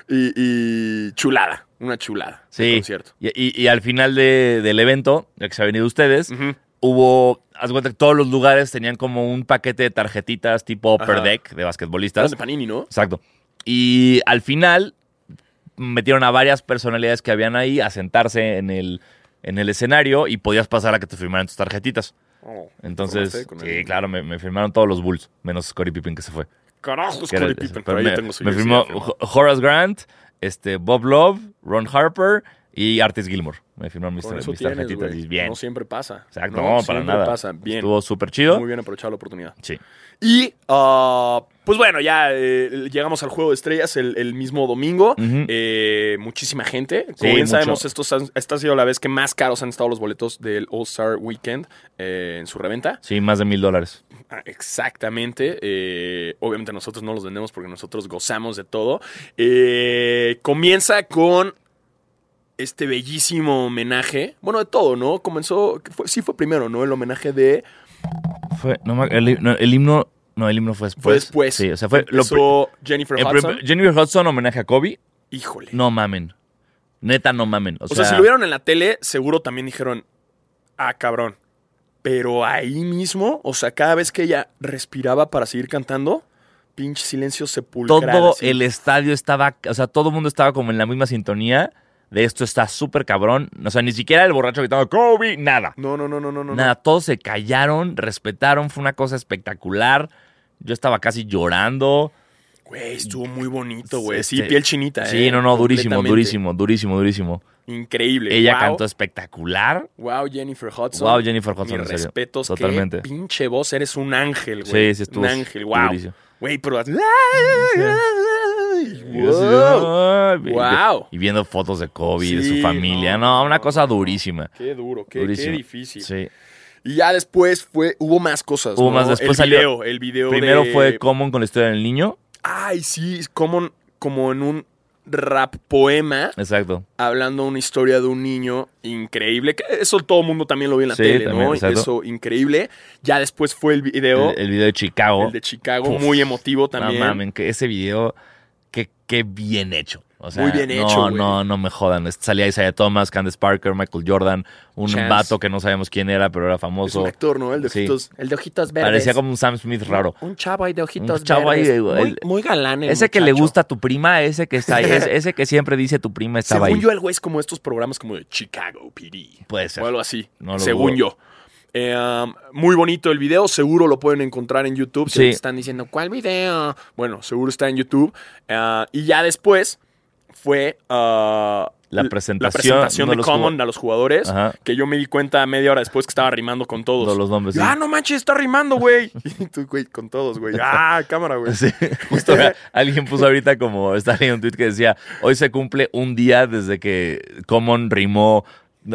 y, y chulada, una chulada. de
Sí.
concierto.
Y, y- y al final de- del evento, ya que se han venido ustedes,
Ujú.
hubo. Haz de cuenta que todos los lugares tenían como un paquete de tarjetitas tipo upper
Ajá.
deck de
Eran
basquetbolistas.
de Panini, ¿no?
Exacto. Y al final metieron a varias personalidades que habían ahí a sentarse en el, en el escenario y podías pasar a que te firmaran tus tarjetitas.
Oh,
Entonces,
formaste con
sí,
el-
claro, me, me firmaron todos los Bulls, menos Corey Pippen que se fue.
Carajo,
Que era-
Scottie Pues
pero
Pippen. Por ahí
me,
tengo su
me
jersey,
firmó
ya firmado.
Ho- Horace Grant, este, Bob Love, Ron Harper y Artis Gilmore. Me firmaron mis,
Con
tar-
eso
mis
tienes,
tarjetitas.
güey.
y bien.
No siempre pasa.
Exacto, no, para
siempre
nada.
pasa. Bien.
Estuvo súper chido.
Muy bien aprovechar la oportunidad.
Sí.
Y, ah, pues bueno, ya eh, llegamos al Juego de Estrellas el, el mismo domingo.
Ujú.
Eh, muchísima gente. Como
Sí,
bien
mucho.
sabemos, estos han- esta ha sido la vez que más caros han estado los boletos del All-Star Weekend eh, en su reventa.
Sí, más de mil dólares.
Ah, Exactamente. Eh, obviamente nosotros no los vendemos porque nosotros gozamos de todo. Eh, comienza con este bellísimo homenaje. Bueno, de todo, ¿no? Comenzó, fue- sí fue primero, ¿no? El homenaje de...
Fue, no, me- el, no, el himno. No, el himno fue después.
Fue después.
Pues, Sí, o sea, fue lo, pri-
Empezó Jennifer
En
Hudson.
prim- Jennifer Hudson homenaje a Kobe.
Híjole.
No mamen. Neta, no mamen. O,
o, sea, si lo vieron en la tele, seguro también dijeron, ah, cabrón. Pero ahí mismo, o sea, cada vez que ella respiraba para seguir cantando, pinche silencio sepulcral.
todo
así.
el estadio estaba, o sea, todo el mundo estaba como en la misma sintonía de esto está súper cabrón. O sea, ni siquiera el borracho gritando Kobe, nada.
No, no, no, no, no, no.
nada, todos se callaron, respetaron, fue una cosa espectacular. Yo estaba casi llorando.
Güey, estuvo muy bonito, güey. Sí,
Este,
piel chinita, ¿eh?
Sí, no, no, durísimo,
Completamente.
durísimo, durísimo, durísimo.
Increíble.
Ella
Wow.
cantó espectacular.
Wow, Jennifer Hudson.
Wow, Jennifer Hudson, en
Mis
serio.
respetos,
Totalmente.
Qué pinche voz, eres un ángel, güey.
Sí, sí, estuvo
Un ángel, wow.
durísimo.
Güey, pero.
Y yo así de,
Wow.
"Ay", y-
Wow.
Y viendo fotos de Kobe, de
Sí,
su familia.
no,
No, una cosa durísima.
Qué duro, qué, qué
Durísimo.
difícil.
Sí.
Y ya después fue, hubo más cosas.
Hubo
¿no?
más, después
el
salió-
Video, el video.
Primero
de-
fue Common con la historia del niño.
Ay, sí, es como, como en un rap poema
Exacto.
hablando una historia de un niño increíble. que eso todo el mundo también lo vio en la
Sí,
tele,
también,
¿no?
exacto.
Eso increíble. Ya después fue el video,
El,
el,
el video de Chicago.
de Chicago,
Uf,
muy emotivo
No
también.
mamen, que ese video, que, que bien hecho. O sea,
Muy bien
no,
hecho, güey.
No, no me jodan. Este, Salía Isaiah Thomas, Candace Parker, Michael Jordan, un
Chance.
vato que no sabemos quién era, pero era
es un
famoso.
actor, ¿no? El de
Sí.
ojitos.
El de ojitos verdes.
Parecía como un Sam Smith raro.
Un chavo ahí de ojitos
Un chavo ahí,
verdes.
güey,
muy,
el-
muy galán el
Ese que le
muchacho.
gusta a tu prima, ese que está ahí, ese, ese que siempre dice tu prima estaba
Según
ahí.
yo, el güey es como estos programas como de Chicago PD.
Puede ser.
O algo así.
No lo
según
dudo.
yo. Eh, um, muy bonito el video. Seguro lo pueden encontrar en YouTube.
Sí.
Están diciendo, ¿cuál video? Bueno, seguro está en YouTube. Ah, y ya después fue ah,
La
l-
presentación
presentación
de
de,
los
Common
jugo-
a los jugadores.
Ajá.
Que yo me di cuenta media hora después que estaba rimando con todos.
Todos los nombres,
Yo,
sí.
Ah, no manches, está rimando, güey. Y tú, güey, con todos, güey. Ah, cámara, güey.
Sí, justo a- alguien puso ahorita como está leyendo un tweet que decía, hoy se cumple un día desde que Common rimó,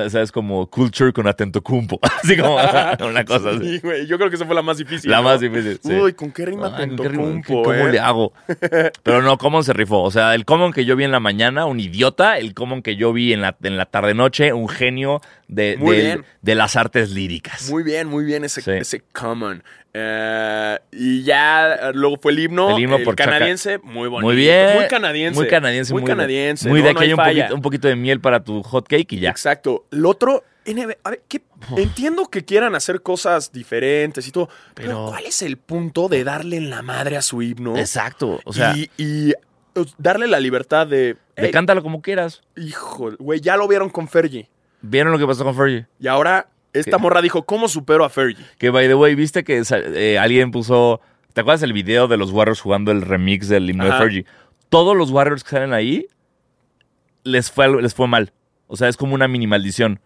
sabes, como culture con atento cumpo. Así como una cosa así.
Sí, güey, Yo creo que esa fue la más difícil.
La
¿no?
más difícil. sí.
Uy, ¿con qué rima
Ah,
te
¿con qué rim-
entocumpo,
¿Cómo
eh?
le hago? Pero no, Common se rifó. O sea, el Common que yo vi en la mañana, un idiota. El Common que yo vi en la, en la tarde-noche, un genio de,
Muy
del-
bien.
de las artes líricas.
Muy bien, muy bien ese,
Sí.
ese common. Eh, y ya eh, luego fue el himno.
El himno por Chaca-
canadiense, muy bonito.
Muy bien.
Muy canadiense.
Muy canadiense.
Muy canadiense.
Muy
¿no?
de
No
aquí hay un
falla.
poquito, un poquito de miel para tu hot cake y ya.
Exacto. El otro, NB, a ver, ¿qué- entiendo que quieran hacer cosas diferentes y todo, pero,
Pero-
¿cuál es el punto de darle en la madre a su himno?
Exacto. O sea,
y, y, uh, darle la libertad de...
de
"Ey,
cántalo como quieras.
hijo, güey, ya lo vieron con Fergie.
¿Vieron lo que pasó con Fergie?
Y ahora
¿Qué?
esta morra dijo, ¿cómo supero a Fergie?
Que, by the way, viste que sa- eh, alguien puso. ¿Te acuerdas el video de los Warriors jugando el remix del himno
Ajá.
de Fergie? Todos los Warriors que salen ahí les fue, al- les fue mal. O sea, es como una mini maldición.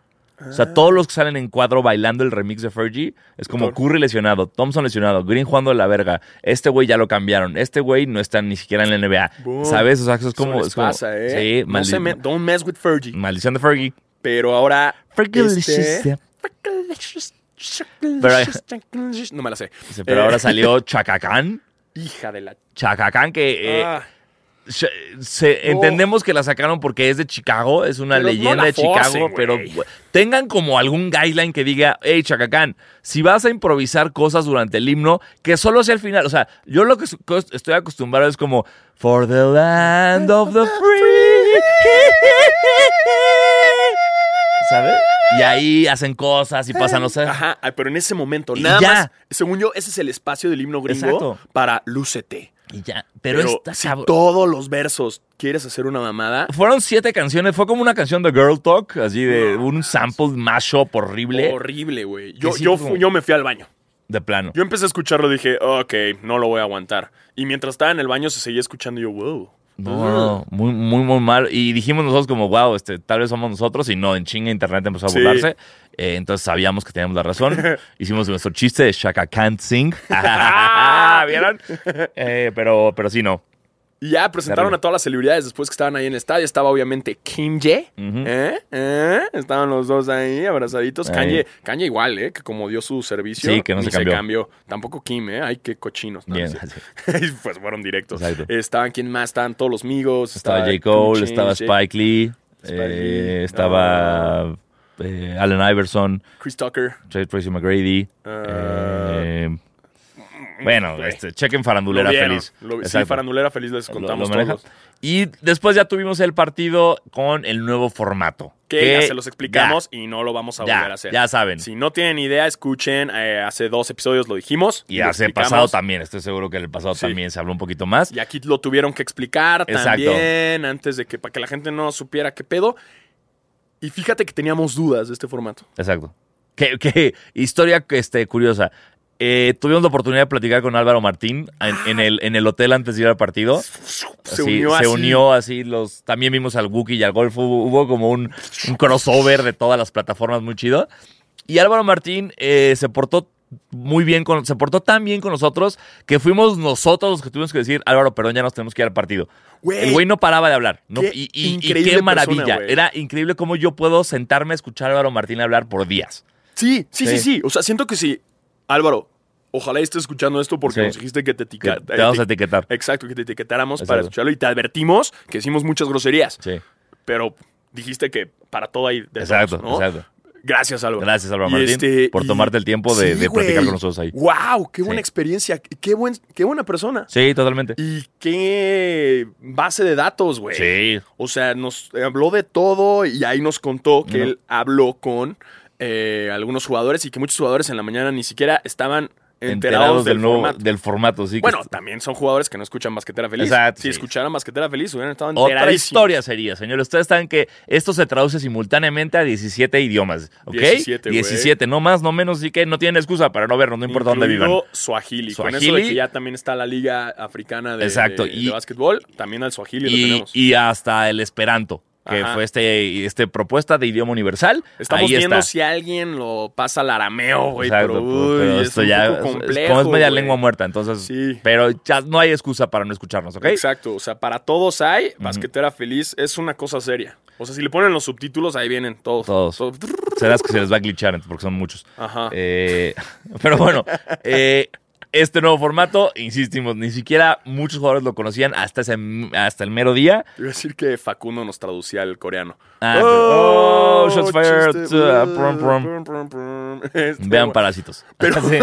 O sea, todos los que salen en cuadro bailando el remix de Fergie es como
Todo.
Curry lesionado, Thompson lesionado, Green jugando de la verga. Este güey ya lo cambiaron. Este güey no está ni siquiera en la NBA.
Boom.
¿Sabes? O sea, eso es como.
Eso les
es como-
pasa, ¿eh?
Sí,
no
maldi-
se me- Don't mess with Fergie.
maldición de Fergie.
Pero ahora.
Fergie
este- No me la sé.
Pero
Eh,
ahora salió Chacacán.
Hija de la.
Chacacán, que eh,
Ah,
se- se-
No.
entendemos que la sacaron porque es de Chicago, es una
Pero no
leyenda
la
de
forcen,
Chicago,
güey.
pero güey, tengan como algún guideline que diga, hey Chacacán, si vas a improvisar cosas durante el himno, que solo sea el final. O sea, yo lo que su- co- estoy acostumbrado es como, for the land of the free. ¿Sabes? Y ahí hacen cosas y pasan los...
Ajá, ah, pero en ese momento,
Y
nada
ya.
más. Según yo, ese es el espacio del himno gringo
Exacto.
para lúcete.
Y ya, pero, está
si
cabrón.
todos los versos quieres hacer una mamada,
Fueron siete canciones, fue como una canción de Girl Talk, así de un sample mashup horrible
horrible, güey. Yo,
¿eh? sí,
yo,
como-
fui- yo me fui al baño.
de plano.
Yo empecé a escucharlo, dije, ok, no lo voy a aguantar. Y mientras estaba en el baño, se seguía escuchando y yo, wow.
No, no, muy, muy, muy mal. Y dijimos nosotros como, wow, este, tal vez somos nosotros. Y no, en chinga internet empezó a
Sí.
burlarse. Eh, entonces sabíamos que teníamos la razón. Hicimos nuestro chiste de Shaka Can't Sing.
Ah,
¿Vieron? Eh, pero, pero sí, no.
Y ya presentaron
Terrible.
a todas las celebridades después que estaban ahí en el estadio. Estaba obviamente Kim Ye.
Ujú.
¿Eh? ¿Eh? Estaban los dos ahí abrazaditos.
Ahí.
Kanye, Kanye igual, ¿eh? Que como dio su servicio.
Sí, que no
ni
se cambió.
Tampoco Kim, ¿eh? Ay, qué cochinos. No,
Bien,
no es
así.
cierto. Y pues fueron directos.
Exacto.
Estaban, ¿quién más? Estaban todos los amigos.
Estaba J. Cole, estaba
Spike
Spike Lee,
Spike
eh,
Lee,
estaba eh, Allen Iverson,
Chris Tucker.
Tra- Tracy McGrady.
Ah.
eh, bueno,
Güey.
este, chequen
Lo
Farandulera
vieron.
Feliz.
Lo- sí,
Exacto.
Farandulera Feliz les
Lo-
contamos
lo maneja.
todos.
Y después ya tuvimos el partido con el nuevo formato.
Que ya se los explicamos y no lo vamos a
Ya,
volver a hacer.
ya saben.
Si no tienen idea, escuchen. eh, hace dos episodios lo dijimos.
Y
lo
hace
explicamos.
pasado también, estoy seguro que en el pasado
Sí.
también se habló un poquito más.
Y aquí lo tuvieron que explicar
Exacto.
también antes de que para que la gente no supiera qué pedo. Y fíjate que teníamos dudas de este formato.
Exacto. Que, que- historia este, curiosa. Eh, tuvimos la oportunidad de platicar con Álvaro Martín en,
Ah.
en el, en el hotel antes de ir al partido.
Se
Así,
unió
se
así.
unió así los también vimos al Wookiee y al Golf hubo, hubo como un, un crossover de todas las plataformas muy chido y Álvaro Martín eh, se portó muy bien con se portó tan bien con nosotros que fuimos nosotros los que tuvimos que decir Álvaro perdón ya nos tenemos que ir al partido
Güey.
el güey no paraba de hablar no,
Eh, Qué
y, y- y
increíble
qué
persona,
maravilla
güey.
era increíble cómo yo puedo sentarme a escuchar a Álvaro Martín hablar por días
Sí, sí,
Sí.
sí, sí. O sea, siento que sí. Álvaro, ojalá estés escuchando esto porque
Sí.
nos dijiste que te eh,
Que
etiquetáramos.
te vamos a etiquetar
Exacto, que te etiquetáramos para
Exacto.
escucharlo y te advertimos que hicimos muchas groserías.
sí
Pero dijiste que para todo ahí. de
exacto
todos, ¿no?
exacto
Gracias, Álvaro.
Gracias, Álvaro
Y
Martín,
este,
por
y-
tomarte el tiempo de,
Sí,
de platicar
güey.
con nosotros ahí.
¡Wow! ¡Qué buena
Sí.
experiencia! ¡Qué, buen, qué buena persona!
Sí, totalmente.
Y qué base de datos, güey.
Sí,
O sea, nos habló de todo y ahí nos contó que
Ujú.
él habló con eh, algunos jugadores y que muchos jugadores en la mañana ni siquiera estaban enterados,
enterados
del,
del, nuevo
formato.
del formato, sí. que
Bueno,
es-
también son jugadores que no escuchan Basquetera Feliz.
Exacto,
si
sí.
escucharan Basquetera Feliz hubieran estado
otra
enteradísimos.
historia sería, señor. Ustedes saben que esto se traduce simultáneamente a 17 idiomas, ¿ok?
17, güey.
17, no más, no menos, así que no tienen excusa para no vernos, no importa dónde vivan.
Incluido Swahili. Con eso de
Swahili.
que ya también está la liga africana de,
Exacto,
de- de
y-
básquetbol, también al Swahili lo
Y,
tenemos.
y hasta el esperanto, que
Ajá.
fue este, este propuesta de idioma universal.
Estamos
Ahí
viendo
está.
si alguien lo pasa al arameo, güey,
Exacto,
pero, uy,
pero
es
esto
un
ya
poco
es- es
complejo,
como es media
güey.
lengua muerta, entonces.
Sí.
Pero ya no hay excusa para no escucharnos, ¿ok?
Exacto, o sea, para todos hay, Basquetera Feliz es una cosa seria. O sea, si le ponen los subtítulos, ahí vienen todos.
Todos. Serás que se les va a glitchar porque son muchos.
Ajá.
Eh, pero bueno, eh, este nuevo formato, insistimos, ni siquiera muchos jugadores lo conocían hasta, ese, hasta el mero día.
Iba a decir que Facundo nos traducía al coreano.
Ah, oh, shots fired,
chiste,
uh,
uh,
prum, prum.
prum, prum. Este,
Vean
bueno.
parásitos.
Pero,
Sí.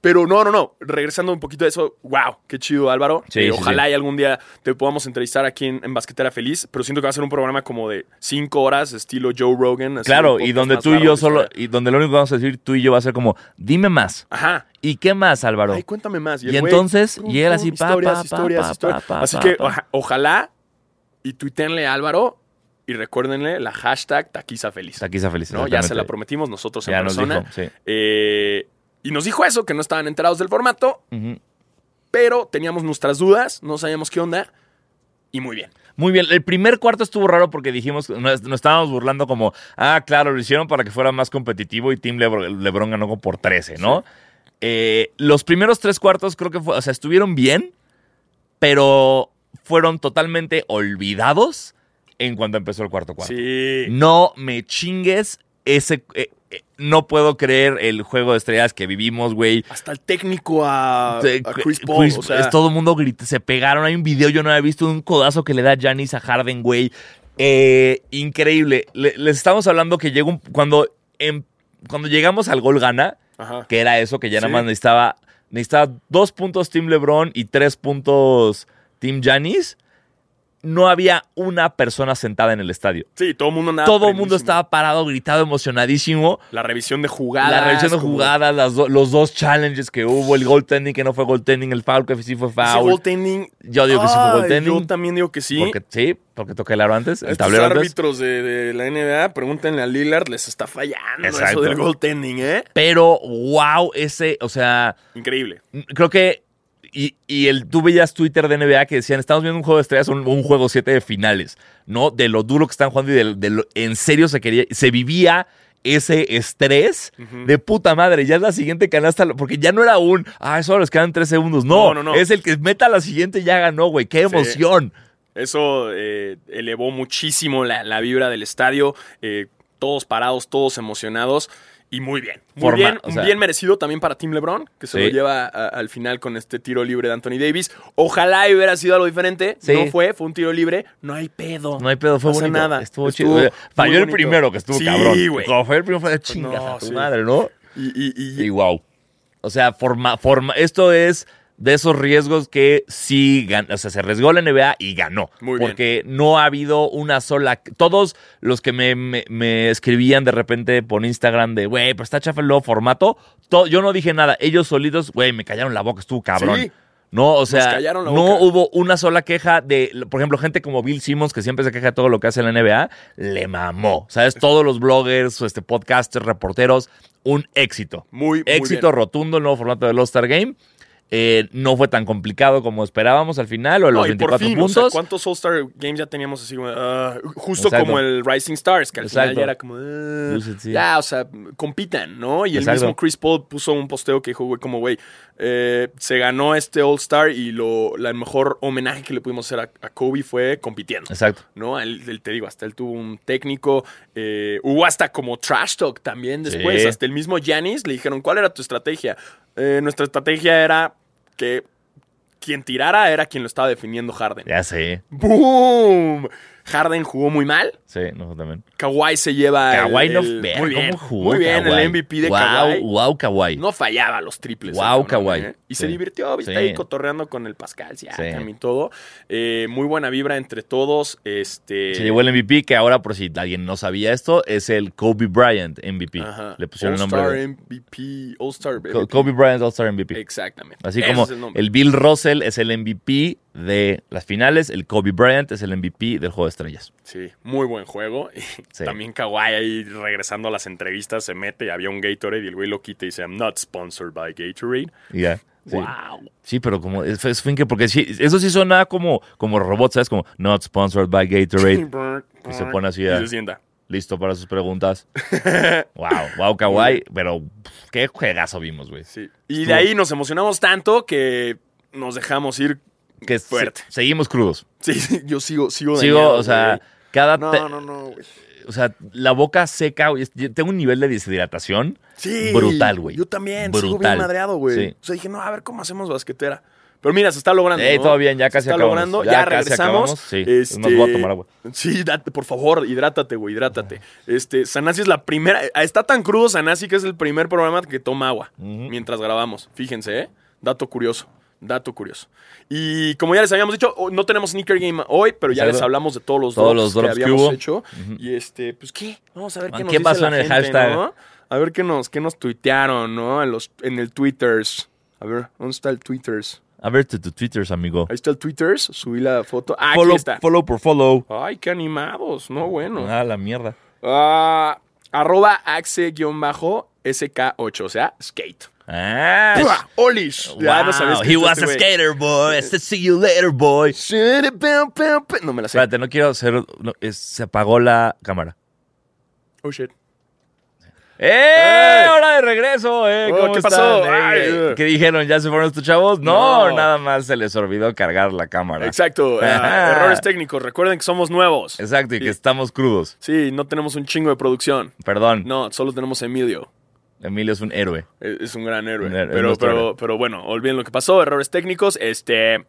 pero no, no, no. Regresando un poquito a eso, wow, qué chido, Álvaro.
Sí,
Eh,
sí,
ojalá
sí.
y algún día te podamos entrevistar aquí en, en Basquetera Feliz, pero siento que va a ser un programa como de cinco horas, estilo Joe Rogan. así, un
Claro,
podcast
y donde
más
tú
eh.
y
largo
yo
de
solo,
historia.
y donde lo único que vamos a decir tú y yo va a ser como, dime más.
Ajá.
¿Y qué más, Álvaro?
Ay, cuéntame más.
Y
el güey,
entonces,
pum,
y él
pum,
así, pa,
historias,
pa, pa,
historias,
pa,
historias.
pa, pa,
Así que
pa.
oja- ojalá y tuitenle a Álvaro y recuérdenle la hashtag Taquiza Feliz.
Está aquí, está feliz.
¿no? Ya se la
exactamente.
prometimos nosotros en
Ya nos
persona.
dijo, sí.
Eh, y nos dijo eso, que no estaban enterados del formato,
Ujú.
pero teníamos nuestras dudas, no sabíamos qué onda. Y muy bien.
Muy bien, el primer cuarto estuvo raro porque dijimos, nos, nos estábamos burlando como, ah, claro, lo hicieron para que fuera más competitivo y Team Lebr- Lebron, ganó como por 13, ¿no? Eh, los primeros tres cuartos creo que fue, o sea, estuvieron bien, pero fueron totalmente olvidados en cuanto empezó el cuarto cuarto.
Sí.
No me chingues ese... eh, eh, no puedo creer el juego de estrellas que vivimos, güey.
Hasta el técnico a,
Sí,
a
cu-
Chris Paul.
Chris-
o sea,
es todo el mundo grita, se pegaron. Hay un video, yo no había visto, de un codazo que le da Janis a Harden, güey. Eh, increíble. Le- les estamos hablando que llegó un- cuando, em- cuando llegamos al gol gana,
ajá.
que era eso, que ya
Sí.
nada más necesitaba, necesitaba dos puntos Team LeBron y tres puntos Team Janis. No había una persona sentada en el estadio.
Sí, todo el mundo andaba.
Todo el mundo
Ah, prendísimo.
estaba parado, gritado, emocionadísimo.
La revisión de jugadas.
La revisión de
como-
jugadas, las do- los dos challenges que hubo, el goaltending que no fue goaltending, el foul que sí fue
Ese
foul.
goaltending
Yo digo que sí fue
Ay,
goaltending.
Yo también Este digo que sí.
Porque, sí, porque toqué el aro antes, el
Estos
tablero antes.
árbitros de, de la NBA, pregúntenle a Lillard, les está fallando eso
Exacto.
del goaltending, ¿eh?
Pero, wow, ese, o sea,
Increíble.
n- creo que. Y, y el, tú veías Twitter de NBA que decían: Estamos viendo un juego de estrellas, un, un juego 7 de finales, ¿no? De lo duro que están jugando y de, de lo. En serio se quería. Se vivía ese estrés
Ujú.
de puta madre. Ya es la siguiente canasta, porque ya no era un. Ah, eso les quedan tres segundos. No,
No, no, no.
Es el que meta la siguiente y ya ganó, güey. ¡Qué
Sí.
emoción!
Eso eh, elevó muchísimo la, la vibra del estadio, eh, todos parados, todos emocionados y muy bien. Muy
Forma-
bien,
o sea-
bien merecido también para Tim LeBron, que se
Sí.
lo lleva a- al final con este tiro libre de Anthony Davis. Ojalá y hubiera sido algo diferente.
Sí.
No fue, fue un tiro libre. No hay pedo.
No hay pedo, fue
pasa
bonito.
nada.
Estuvo,
Estuvo
chido.
muy
Falló el
bonito.
primero que estuvo
Sí,
cabrón.
güey. Pues
Como fue el primero fue de chingas
No,
a tu
sí.
madre, ¿no?
Y, y- y-
Y wow. O sea, forma, forma, esto es de esos riesgos que sí gan- o sea, se arriesgó la NBA y ganó.
Muy bien.
porque no ha habido una sola. Todos los que me, me- me escribían de repente por Instagram de, güey, pero está chafa el nuevo formato. to- yo no dije nada. Ellos solitos, güey, me callaron la boca, estuvo cabrón.
Sí,
No, o sea,
callaron la
no
boca.
hubo una sola queja de, por ejemplo, gente como Bill Simmons, que siempre se queja de todo lo que hace la NBA, le mamó. ¿Sabes? Todos los bloggers, este, podcasters, reporteros, un éxito.
Muy, muy
éxito
bien.
rotundo el nuevo formato del All-Star Game. Eh, no fue tan complicado como esperábamos al final, o de los
No, y por
24
fin, o sea,
puntos.
¿cuántos All-Star Games ya teníamos así como, ah, justo
Exacto.
como el Rising Stars, que al
Exacto.
final ya era como, ah,
Lose it, sí.
ya, o sea, compitan, ¿no? Y el
Exacto.
mismo Chris Paul puso un posteo que dijo, güey, como, güey, eh, se ganó este All-Star y lo, la mejor homenaje que le pudimos hacer a, a Kobe fue compitiendo.
Exacto.
¿no? Él, él, te digo, hasta él tuvo un técnico, eh, hubo hasta como trash talk también después,
Sí.
hasta el mismo Yanis le dijeron, ¿cuál era tu estrategia? "Eh, nuestra estrategia era que quien tirara era quien lo estaba definiendo Harden.
Ya sé.
¡Boom! Harden jugó muy mal,
Sí, nosotros también.
Kawhi se lleva Ah, el-
Kawhi no
el-
ver,
muy bien,
¿cómo jugó?
muy bien,
Kawhi?
el MVP de
wow,
Kawhi.
Wow, Kawhi.
No fallaba los triples.
Guau,
el cabrón,
Kawhi.
¿eh? Y
Sí.
se divirtió, viste,
Sí.
ahí cotorreando con el Pascal, ya,
Sí.
y todo. Eh, muy buena vibra entre todos. Este,
Se llevó el MVP, que ahora, por si alguien no sabía esto, es el Kobe Bryant MVP.
Ajá.
Le pusieron el nombre.
All-Star
de-
MVP, All-Star
Co-
MVP.
Kobe Bryant All-Star MVP.
Exactamente.
Así
Eh, Ese
como
es el nombre.
el Bill Russell es el MVP de las finales, el Kobe Bryant es el MVP del juego de estrellas.
Sí, muy buen juego. Y
Sí.
También Kawhi ahí regresando a las entrevistas se mete y había un Gatorade y el güey lo quita y dice, I'm not sponsored by Gatorade.
Y ya, sí.
Wow.
Sí, pero como es, es finque, porque sí, eso sí suena como, como robot, ¿sabes? Como not sponsored by Gatorade. Y se pone así,
Y
ah.
se sienta.
Listo para sus preguntas. wow, wow, Kawhi. Pero pff, qué juegazo vimos, güey.
Sí. Y de ahí nos emocionamos tanto que nos dejamos ir.
Que se-
Fuerte.
seguimos crudos.
Sí, sí, yo sigo, sigo.
Sigo,
dañado,
o sea,
güey.
cada. te-
No, no, no, güey.
O sea, la boca seca. güey, yo Tengo un nivel de deshidratación.
Sí.
Brutal, güey.
Yo también, sigo
Brutal.
bien madreado, güey.
Sí.
O sea, dije, no, a ver cómo hacemos basquetera. Pero mira, se está logrando.
Ey,
¿no?
todo bien, ya
Se
casi
está
acabamos.
logrando,
Ya
ya,
casi
regresamos. Este,
acabamos, sí. Nos voy a tomar agua.
Sí, date, por favor, hidrátate, güey, hidrátate. Este, Sanasi es la primera. Está tan crudo Sanasi que es el primer programa que toma agua mientras grabamos. Fíjense, ¿eh? Dato curioso. Dato curioso. Y como ya les habíamos dicho, oh, no tenemos Sneaker Game hoy, pero ya
Exacto.
les hablamos de todos los
Todos
drops,
los drops
que
que
habíamos
hubo.
hecho. Y este, pues, ¿qué? Vamos a ver
Ah,
qué nos
¿qué
dice
pasó
la
en el
gente,
hashtag?
¿no? A ver qué nos, qué nos tuitearon, ¿no? En, los, en el Twitters. A ver, ¿dónde está el Twitters?
A ver tu, tu Twitter, amigo.
Ahí está el Twitters, subí la foto. Ah,
follow,
aquí está.
follow por follow.
Ay, qué animados, no bueno.
Ah, la mierda.
Ah, arroba axe-sk8, o sea, skate.
Ah,
¡Pua! ¡Olish!
wow. He
este
was a skater boy. I said, See you later, boy.
skater. No me la sé.
Espérate, no quiero hacer. no, es- se apagó la cámara.
Oh, shit.
¡Eh! ¡Hora de regreso! ¿eh?
Oh,
¿Cómo
¿qué
están?
pasó?
Eh,
Ay.
¿Qué dijeron? ¿Ya se fueron estos chavos? No,
No.
nada más se les olvidó cargar la cámara.
Exacto. ah,
Ajá.
errores técnicos. Recuerden que somos nuevos.
Exacto, y
Sí.
que estamos crudos.
Sí, no tenemos un chingo de producción.
Perdón,
No, solo tenemos a Emilio.
Emilio es un héroe.
Es es un gran héroe.
Un héroe, es
pero,
nuestro héroe.
pero, pero bueno, olviden lo que pasó, errores técnicos. Este.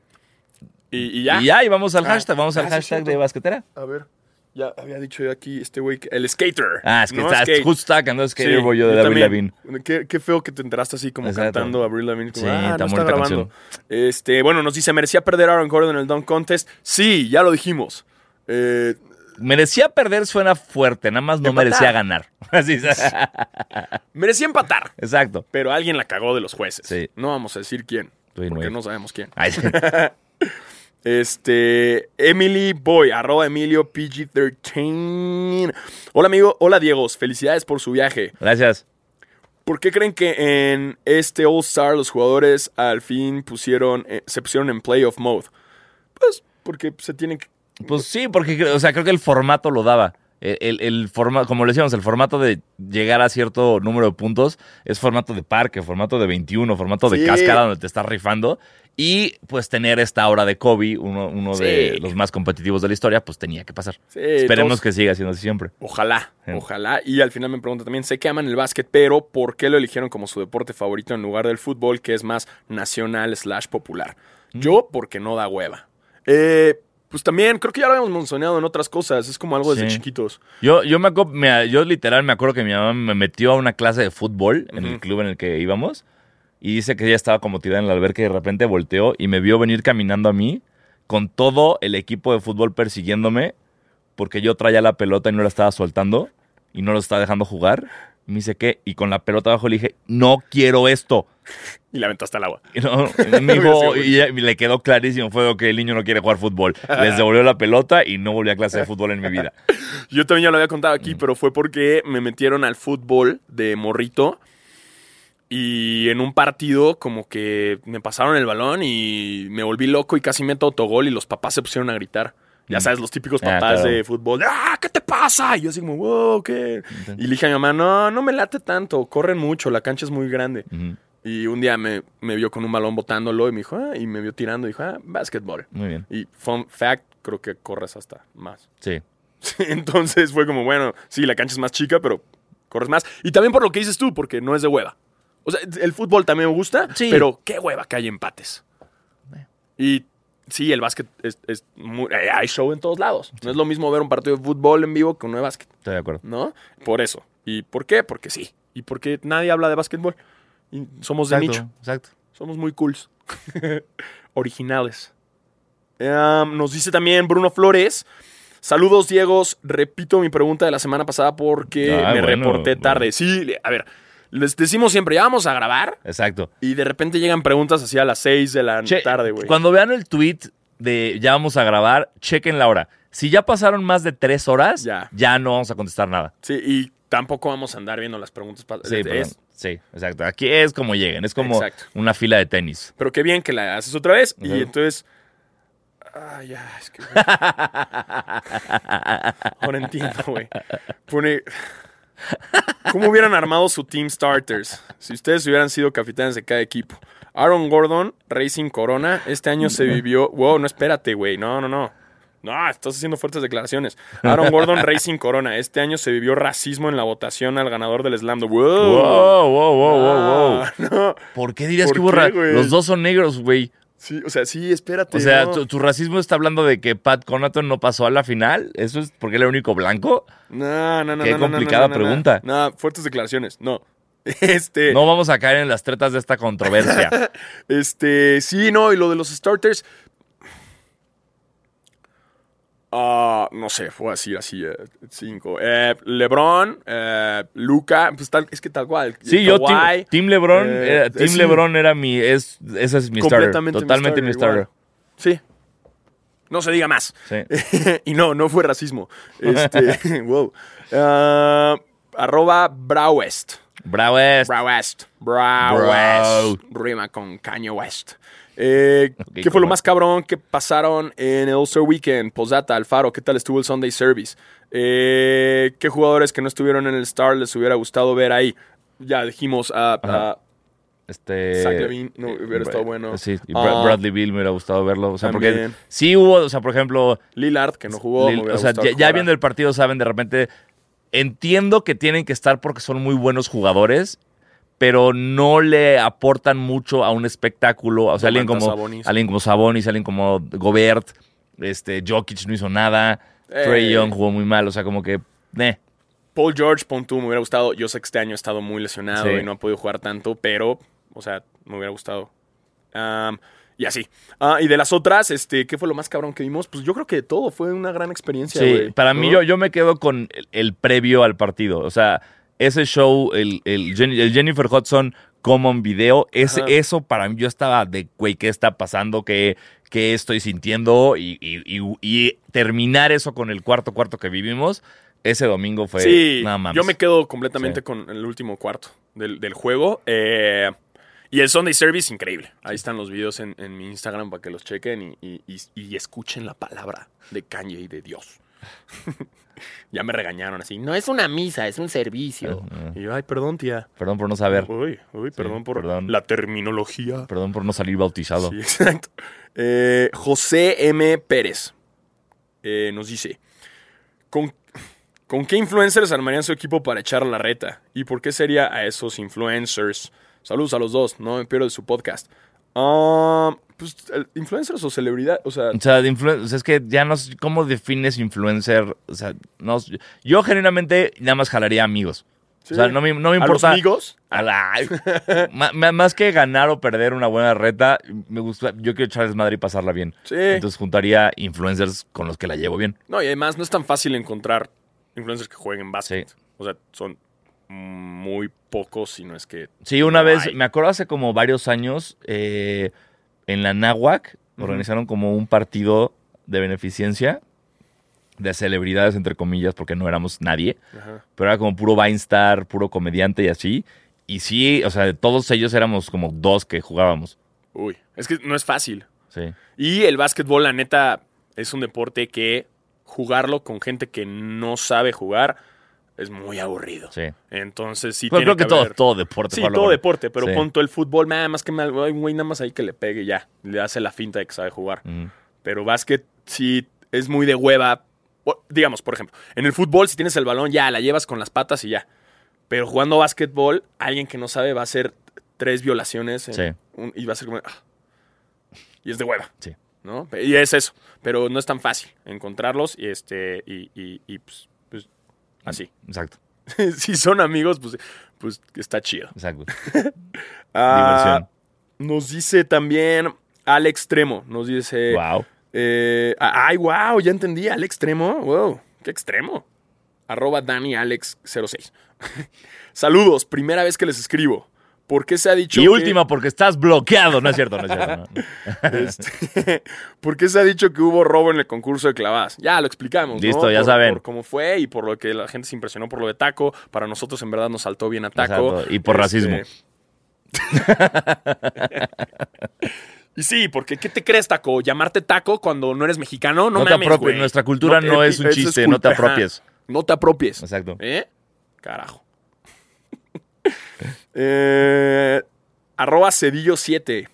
Y, y ya.
Y ya, y vamos al
Ah,
hashtag, vamos al
ah, sí,
hashtag
cierto.
de basquetera.
A ver, ya había dicho yo aquí este güey, que- el skater.
Ah, es que
¿no?
está,
Skate.
justo estaba cantando
Sí,
Skater Boy yo de
yo
David
también.
Lavín.
Qué, qué feo que te enteraste así como
Exacto.
cantando a Avril Lavigne. como,
Sí,
ah, no
tan
está
bonita
grabando. Este, bueno, nos dice, ¿merecía perder a Aaron Gordon en el Dunk Contest? Sí, ya lo dijimos. Eh,
Merecía perder suena fuerte, nada más no
Empatar.
merecía ganar. Así es.
merecía empatar,
Exacto.
pero alguien la cagó de los jueces.
Sí.
No vamos a decir quién,
Estoy
porque
nuevo.
no sabemos quién.
Ay, sí.
Este, Emily Boy, arroba Emilio PG13. Hola amigo, hola Diegos, felicidades por su viaje.
Gracias.
¿Por qué creen que en este All Star los jugadores al fin pusieron, eh, se pusieron en playoff mode? Pues porque se tienen que...
Pues sí, porque o sea, creo que el formato lo daba. El, el, el forma, como le decíamos, el formato de llegar a cierto número de puntos es formato de parque, formato de 21, formato de
Sí.
cáscara donde te estás rifando. Y pues tener esta hora de Kobe, uno, uno de
Sí. Eh,
los más competitivos de la historia, pues tenía que pasar.
Sí,
Esperemos
todos-
que siga siendo así siempre.
Ojalá,
Sí.
ojalá. Y al final me pregunta también, sé que aman el básquet, pero ¿por qué lo eligieron como su deporte favorito en lugar del fútbol, que es más nacional slash popular? Yo, porque no da hueva. Eh, pues también, creo que ya lo habíamos mencionado en otras cosas, es como algo desde
Sí.
chiquitos.
Yo, yo, me, acu- me- yo literal me acuerdo que mi mamá me metió a una clase de fútbol en el club en el que íbamos y dice que ella estaba como tirada en la alberca y de repente volteó y me vio venir caminando a mí con todo el equipo de fútbol persiguiéndome porque yo traía la pelota y no la estaba soltando y no lo estaba dejando jugar. Me dice que, y con la pelota abajo le dije, no quiero esto.
Y la aventó hasta el agua.
Y no, mi hijo y y le quedó clarísimo, fue que el niño no quiere jugar fútbol. Les devolvió la pelota y no volví a clase de fútbol en mi vida.
Yo también ya lo había contado
Mm.
aquí, pero fue porque me metieron al fútbol de morrito. Y en un partido como que me pasaron el balón y me volví loco y casi meto autogol y los papás se pusieron a gritar. Ya
Mm.
sabes, los típicos
Ah,
papás
claro.
de fútbol. ¡Ah, qué te pasa! Y yo así como, wow, ¿qué? Y le dije a mi mamá, no, no me late tanto, corren mucho, la cancha es muy grande.
Ujú,
Y un día me, me vio con un balón botándolo y me dijo, ah, y me vio tirando y dijo, ah, básquetbol.
Muy bien,
Y fun fact, creo que corres hasta más.
sí.
Sí, Entonces fue como, bueno, sí, la cancha es más chica, pero corres más. Y también por lo que dices tú, porque no es de hueva. O sea, el fútbol también me gusta,
Sí. Eh.
pero qué hueva que hay empates. Y sí, el básquet es, es muy- eh, hay show en todos lados. No es lo mismo ver un partido de fútbol en vivo que uno de básquet,
Estoy de acuerdo.
¿no? Por eso. ¿Y por qué? Porque sí. Y porque nadie habla de básquetbol. Y somos de nicho.
Exacto, exacto.
Somos muy cools. Originales. Em, nos dice también Bruno Flores. Saludos, Diegos. Repito mi pregunta de la semana pasada porque
Ah,
me
bueno,
reporté
bueno.
tarde. Sí, le- a ver, les decimos siempre, ya vamos a grabar.
Exacto.
Y de repente llegan preguntas así a las 6 de la
Che,
tarde, güey.
Cuando vean el tweet de ya vamos a grabar, chequen la hora. Si ya pasaron más de tres horas,
Ya.
ya, no vamos a contestar nada.
Sí, y tampoco vamos a andar viendo las preguntas. pa-
Sí,
es-
perdón. sí, exacto. Aquí es como lleguen, es como
Exacto.
una fila de tenis.
Pero qué bien que la haces otra vez. Y
Ujú.
entonces. Ay, ya, es que. Ahora entiendo, güey. Pone. ¿Cómo hubieran armado su team starters si ustedes hubieran sido capitanes de cada equipo? Aaron Gordon, Racing Corona, este año se vivió. Wow, no espérate, güey. No, no, no. No, estás haciendo fuertes declaraciones. Aaron Gordon, Racing Corona, este año se vivió racismo en la votación al ganador del slam. de- Wow.
Wow, wow, wow, wow, wow.
Uh. Ah, no.
¿Por qué dirías
¿Por
que hubo ra-
qué, güey?
Los dos son negros, güey.
Sí, o sea, sí, espérate.
O sea,
no.
tu, tu racismo está hablando de que Pat Conaton no pasó a la final. ¿Eso es porque él era el único blanco?
No, no, no.
Qué
no, no, no,
complicada
no, no, no.
pregunta.
No, fuertes declaraciones. No. Este,
No vamos a caer en las tretas de esta controversia.
este, sí, no, y lo de los starters. Ah, no sé, fue así, así, eh, cinco. Eh, LeBron, eh, Luca, pues tal, es que tal cual.
Sí, yo Tim-
Kawhi,
Team, LeBron,
eh,
era- Team
sí.
LeBron era mi es ese es mi starter,
Completamente mi
totalmente mi
starter,
starter.
Sí. No se diga más.
Sí.
y no, no fue racismo. Este, wow. Ah, arroba Brauest.
Bravo es.
Bra West. Bra West. Rima con Caño West. Eh, ¿Qué fue lo
correcto.
más cabrón que pasaron en el All-Star Weekend? Posdata, Alfaro, ¿qué tal estuvo el Sunday Service? Eh, ¿Qué jugadores que no estuvieron en el Star les hubiera gustado ver ahí? Ya dijimos a,
Ajá.
a
Este
Zach Levine, no, hubiera
Bra-
estado bueno.
Sí, y Bra-
Ah.
Bradley Bill me hubiera gustado verlo, o sea, porque
También.
sí hubo, o sea, por ejemplo,
Lillard, que no jugó.
Lil-
me hubiera
o sea,
gustado
ya, ya
que jugara.
viendo el partido saben de repente entiendo que tienen que estar porque son muy buenos jugadores, pero no le aportan mucho a un espectáculo, o sea, alguien
Domantas
como
Sabonis.
alguien como Sabonis, alguien como Gobert, este Jokic no hizo nada, Trey
Eh.
Young jugó muy mal, o sea, como que eh.
Paul George, pon tú, me hubiera gustado. Yo sé que este año ha estado muy lesionado
Sí.
y no ha podido jugar tanto, pero, o sea, me hubiera gustado. Am, y así. Ah, y de las otras, este, ¿qué fue lo más cabrón que vimos? Pues yo creo que todo fue una gran experiencia.
Sí,
güey,
para
¿no?
mí yo, yo me quedo con el, el previo al partido. O sea, ese show, el, el Jen- el Jennifer Hudson Common Video, ese,
Ajá.
eso para mí yo estaba de, güey, ¿qué está pasando? ¿Qué, qué estoy sintiendo? Y, y- y- y terminar eso con el cuarto cuarto que vivimos, ese domingo fue...
sí,
nada más.
yo me quedo completamente
pues, Sí.
con el último cuarto del, del juego. Eh, y el Sunday Service, increíble. Ahí están los videos en, en mi Instagram para que los chequen y, y- y- y escuchen la palabra de Kanye y de Dios. ya me regañaron así. No es una misa, es un servicio. Y yo, ay, perdón, tía.
Ah, Perdón por no saber,
Uy, uy, perdón por
perdón.
la terminología.
perdón por no salir bautizado.
Sí, exacto. Eh, José M. Pérez eh, nos dice: ¿con, ¿Con qué influencers armarían su equipo para echar la reta? ¿Y por qué sería a esos influencers? Saludos a los dos, no me pierdo de su podcast. Ah, pues, el- influencers o celebridad, o sea,
O sea, de influen- o sea, es que ya no sé cómo defines influencer. O sea, no, sé. yo generalmente nada más jalaría amigos.
Sí.
O sea, no me, no me
a los
importa.
amigos.
A la- ay, ma- ma- más que ganar o perder una buena reta, me gusta, yo quiero echar desmadre y pasarla bien.
Sí.
Entonces juntaría influencers con los que la llevo bien.
No, y además no es tan fácil encontrar influencers que jueguen básquet.
Sí.
O sea, son muy poco, si no es que.
Sí, una
no
vez,
hay.
me acuerdo hace como varios años, eh, en la Náhuac,
Ujú.
organizaron como un partido de beneficencia de celebridades, entre comillas, porque no éramos nadie,
Ajá.
pero era como puro Vinestar, puro comediante y así. Y sí, o sea, de todos ellos éramos como dos que jugábamos.
Uy, es que no es fácil.
Sí.
Y el básquetbol, la neta, es un deporte que jugarlo con gente que no sabe jugar es muy aburrido.
Sí.
Entonces sí
Pero
tiene
creo que,
que
todo,
haber-
todo deporte.
Sí,
Pablo,
todo
bueno.
deporte, pero
Sí.
pon tú el fútbol, nada más que me, hay un güey nada más ahí que le pegue y ya, le hace la finta de que sabe jugar.
Ujú.
Pero básquet sí es muy de hueva. O, digamos, por ejemplo, en el fútbol si tienes el balón ya, la llevas con las patas y ya. Pero jugando básquetbol, alguien que no sabe va a hacer tres violaciones en
Sí.
un- y va a ser como... ah. y es de hueva.
Sí.
¿no? Y es eso. Pero no es tan fácil encontrarlos y, este, y, y- y, pues, pues, así.
Exacto,
si son amigos, pues, pues está chido.
exacto.
Ah, Nos dice también al extremo. Nos dice.
wow.
eh, ah, ay, wow, ya entendí. Al extremo. Wow, qué extremo. Arroba DaniAlex06. Saludos, primera vez que les escribo. ¿Por qué se ha dicho.
Y
que-
última, porque estás bloqueado. No es cierto, no es cierto. no.
este, ¿Por qué se ha dicho que hubo robo en el concurso de clavadas? Ya lo explicamos. ¿no?
Listo, ya
Por-
saben.
Por cómo fue y por lo que la gente se impresionó por lo de taco. Para nosotros, en verdad, nos saltó bien a taco.
Exacto,
Este
y por racismo.
y sí, porque ¿qué te crees, taco? ¿Llamarte taco cuando no eres mexicano? No,
No te
mames,
apropies,
güey.
nuestra cultura no es un
eso
chiste, no te
culpa, ajá.
apropies.
No te apropies.
Exacto.
¿Eh? Carajo. Eh, arroba Cedillo 7.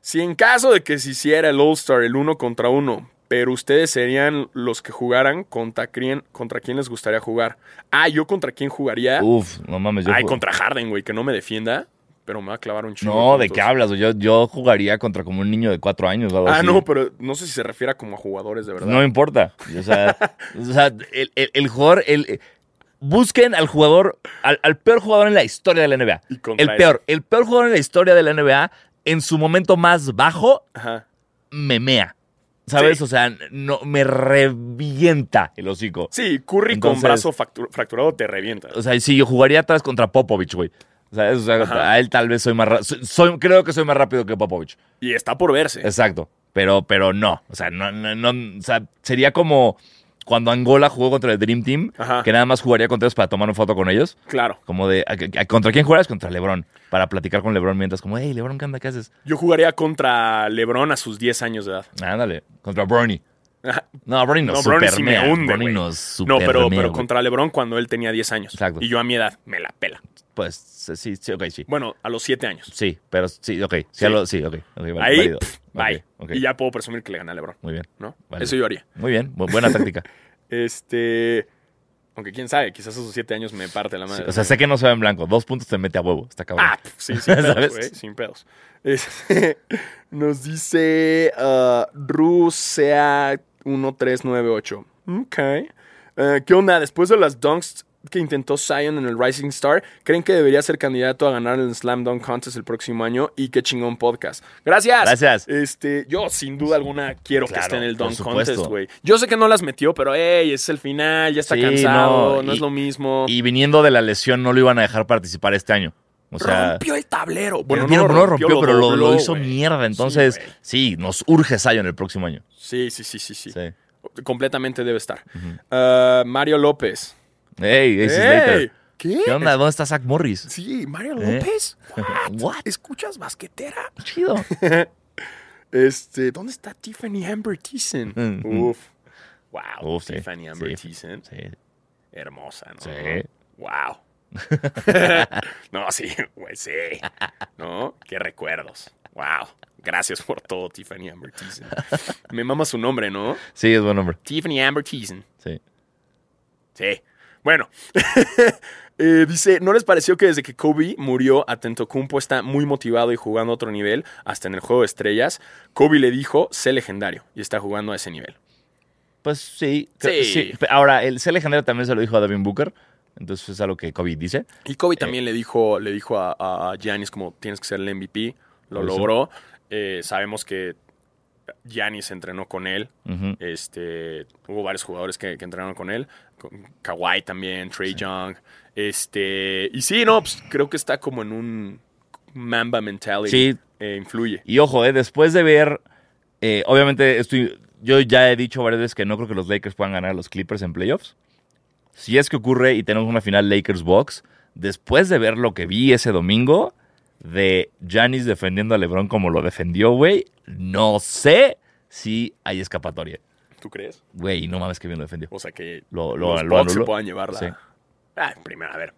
Si en caso de que se hiciera el All-Star, el uno contra uno, pero ustedes serían los que jugaran, ¿contra quién, contra quién les gustaría jugar? Ah, ¿yo contra quién jugaría?
Uf, no mames. Uh, Yo
Ay,
ju-
contra Harden, güey, que no me defienda, pero me va a clavar un chingo.
no, ¿de
puntos.
qué hablas? Yo, yo jugaría contra como un niño de cuatro años. o algo
Ah,
así.
no, pero no sé si se refiere a como a jugadores, de verdad.
No me importa. O sea, o sea, el, el- el jugador. el- eh, busquen al jugador, al, al peor jugador en la historia de la NBA.
Y contra
El
ese.
peor, el peor jugador en la historia de la NBA, en su momento más bajo,
Ajá.
memea. ¿Sabes?
Sí.
O sea, no, me revienta el hocico.
Sí, Curry con
Entonces-
brazo factu- fracturado te revienta.
O sea, sí, yo jugaría atrás contra Popovich, güey. ¿Sabes? O sea,
Ajá.
a él tal vez soy más ra- soy- soy- creo que soy más rápido que Popovich.
Y está por verse.
Exacto. Pero, pero no. O sea, no, no, no. O sea, sería como cuando Angola jugó contra el Dream Team,
Ajá.
que nada más jugaría contra ellos para tomar una foto con ellos.
Claro.
Como de, ¿a- a- ¿contra quién juegas? Contra Lebron. Para platicar con Lebron mientras, como, hey, Lebron, ¿qué onda? ¿Qué haces?
Yo jugaría contra LeBron a sus 10 años de edad.
Ándale. Contra Bronny. No, Bronny nos
No, Bronny sí me
supermea.
hunde,
Bronny
güey.
nos
No, pero,
supermea,
pero
güey.
contra LeBron cuando él tenía 10 años.
Exacto.
Y yo a mi edad me la pela.
Pues, sí, sí, ok, sí.
Bueno, a los 7 años.
Sí, pero sí, ok. Sí,
Sí.
a lo- sí ok. okay vale,
Ahí,
válido.
pf,
Ok,
bye.
ok.
Y ya puedo presumir que le gané a LeBron,
Muy bien.
¿no?
Vale.
Eso yo haría.
Muy bien, bu- buena táctica.
Este. Aunque quién sabe, quizás a sus 7 años me parte la
Sí,
madre.
o sea, sé que no se va en blanco. Dos puntos te mete a huevo. Está cabrón.
Ah, pf, sí, sin pedos,
¿Sabes?
güey, sin pedos. Es- nos dice uh, Rusea1398. Ok. Eh, ¿Qué onda? Después de las dunks que intentó Zion en el Rising Star, ¿creen que debería ser candidato a ganar el Slam Dunk Contest el próximo año? Y qué chingón podcast. Gracias.
Gracias.
Este, yo sin duda alguna quiero que
Claro,
esté en el
por
Dunk
supuesto.
Contest, güey. Yo sé que no las metió, pero hey, es el final, ya está
Sí,
cansado, no,
no,
es
y-
lo mismo.
Y viniendo de la lesión, no lo iban a dejar participar este año. O sea,
rompió el tablero.
pero no, no lo rompió, pero lo, lo
dobló,
hizo
güey.
mierda. Entonces,
güey.
sí, nos urge Zion el próximo año.
Sí, sí, sí, sí, sí.
Sí.
Completamente debe estar. Ah, Mario López.
Hey, this is
¡Ey!
later.
¿Qué?
¿Qué onda? ¿Dónde está Zach Morris?
Sí, Mario
¿Eh?
López.
What?
¿Escuchas basquetera?
Chido.
Este, ¿dónde está Tiffany Amber Thiessen?
Mm.
Uf. Wow.
Uf, sí,
Tiffany Amber
sí.
Thiessen.
Sí.
Hermosa, ¿no?
Sí.
Wow. no, sí, güey, sí. ¿No? Qué recuerdos. Wow. Gracias por todo, Tiffany Amber Thiessen. Me mama su nombre, ¿no?
Sí, es buen hombre.
Tiffany Amber Thiessen.
Sí.
Sí. Bueno, Eh, dice, ¿no les pareció que desde que Kobe murió, Atentocumpo está muy motivado y jugando a otro nivel, hasta en el juego de estrellas? Kobe le dijo, sé legendario, y está jugando a ese nivel.
Pues sí. creo- sí.
Sí.
Ahora, el C legendario también se lo dijo a Devin Booker. Entonces es algo que Kobe dice.
Y Kobe también le dijo, le dijo a, a- a Giannis como, tienes que ser el MVP, lo
Por eso.
logró. Eh, sabemos que Giannis entrenó con él.
Ujú.
Este, hubo varios jugadores que, que entrenaron con él. Con Kawhi también, Trey Young. Este, y sí, no, pues, creo que está como en un Mamba mentality.
Sí.
Eh, influye.
Y ojo, eh, después de ver, eh, obviamente estoy, yo ya he dicho varias veces que no creo que los Lakers puedan ganar a los Clippers en playoffs. Si es que ocurre y tenemos una final Lakers Box, después de ver lo que vi ese domingo de Giannis defendiendo a LeBron como lo defendió, güey, no sé si hay escapatoria.
¿Tú crees?
Güey, no mames que bien lo defendió.
O sea que
Lo- lo-
los
lo
Bucks se
anuló.
puedan llevarla.
Sí. Ah.
Ah, primero, a ver.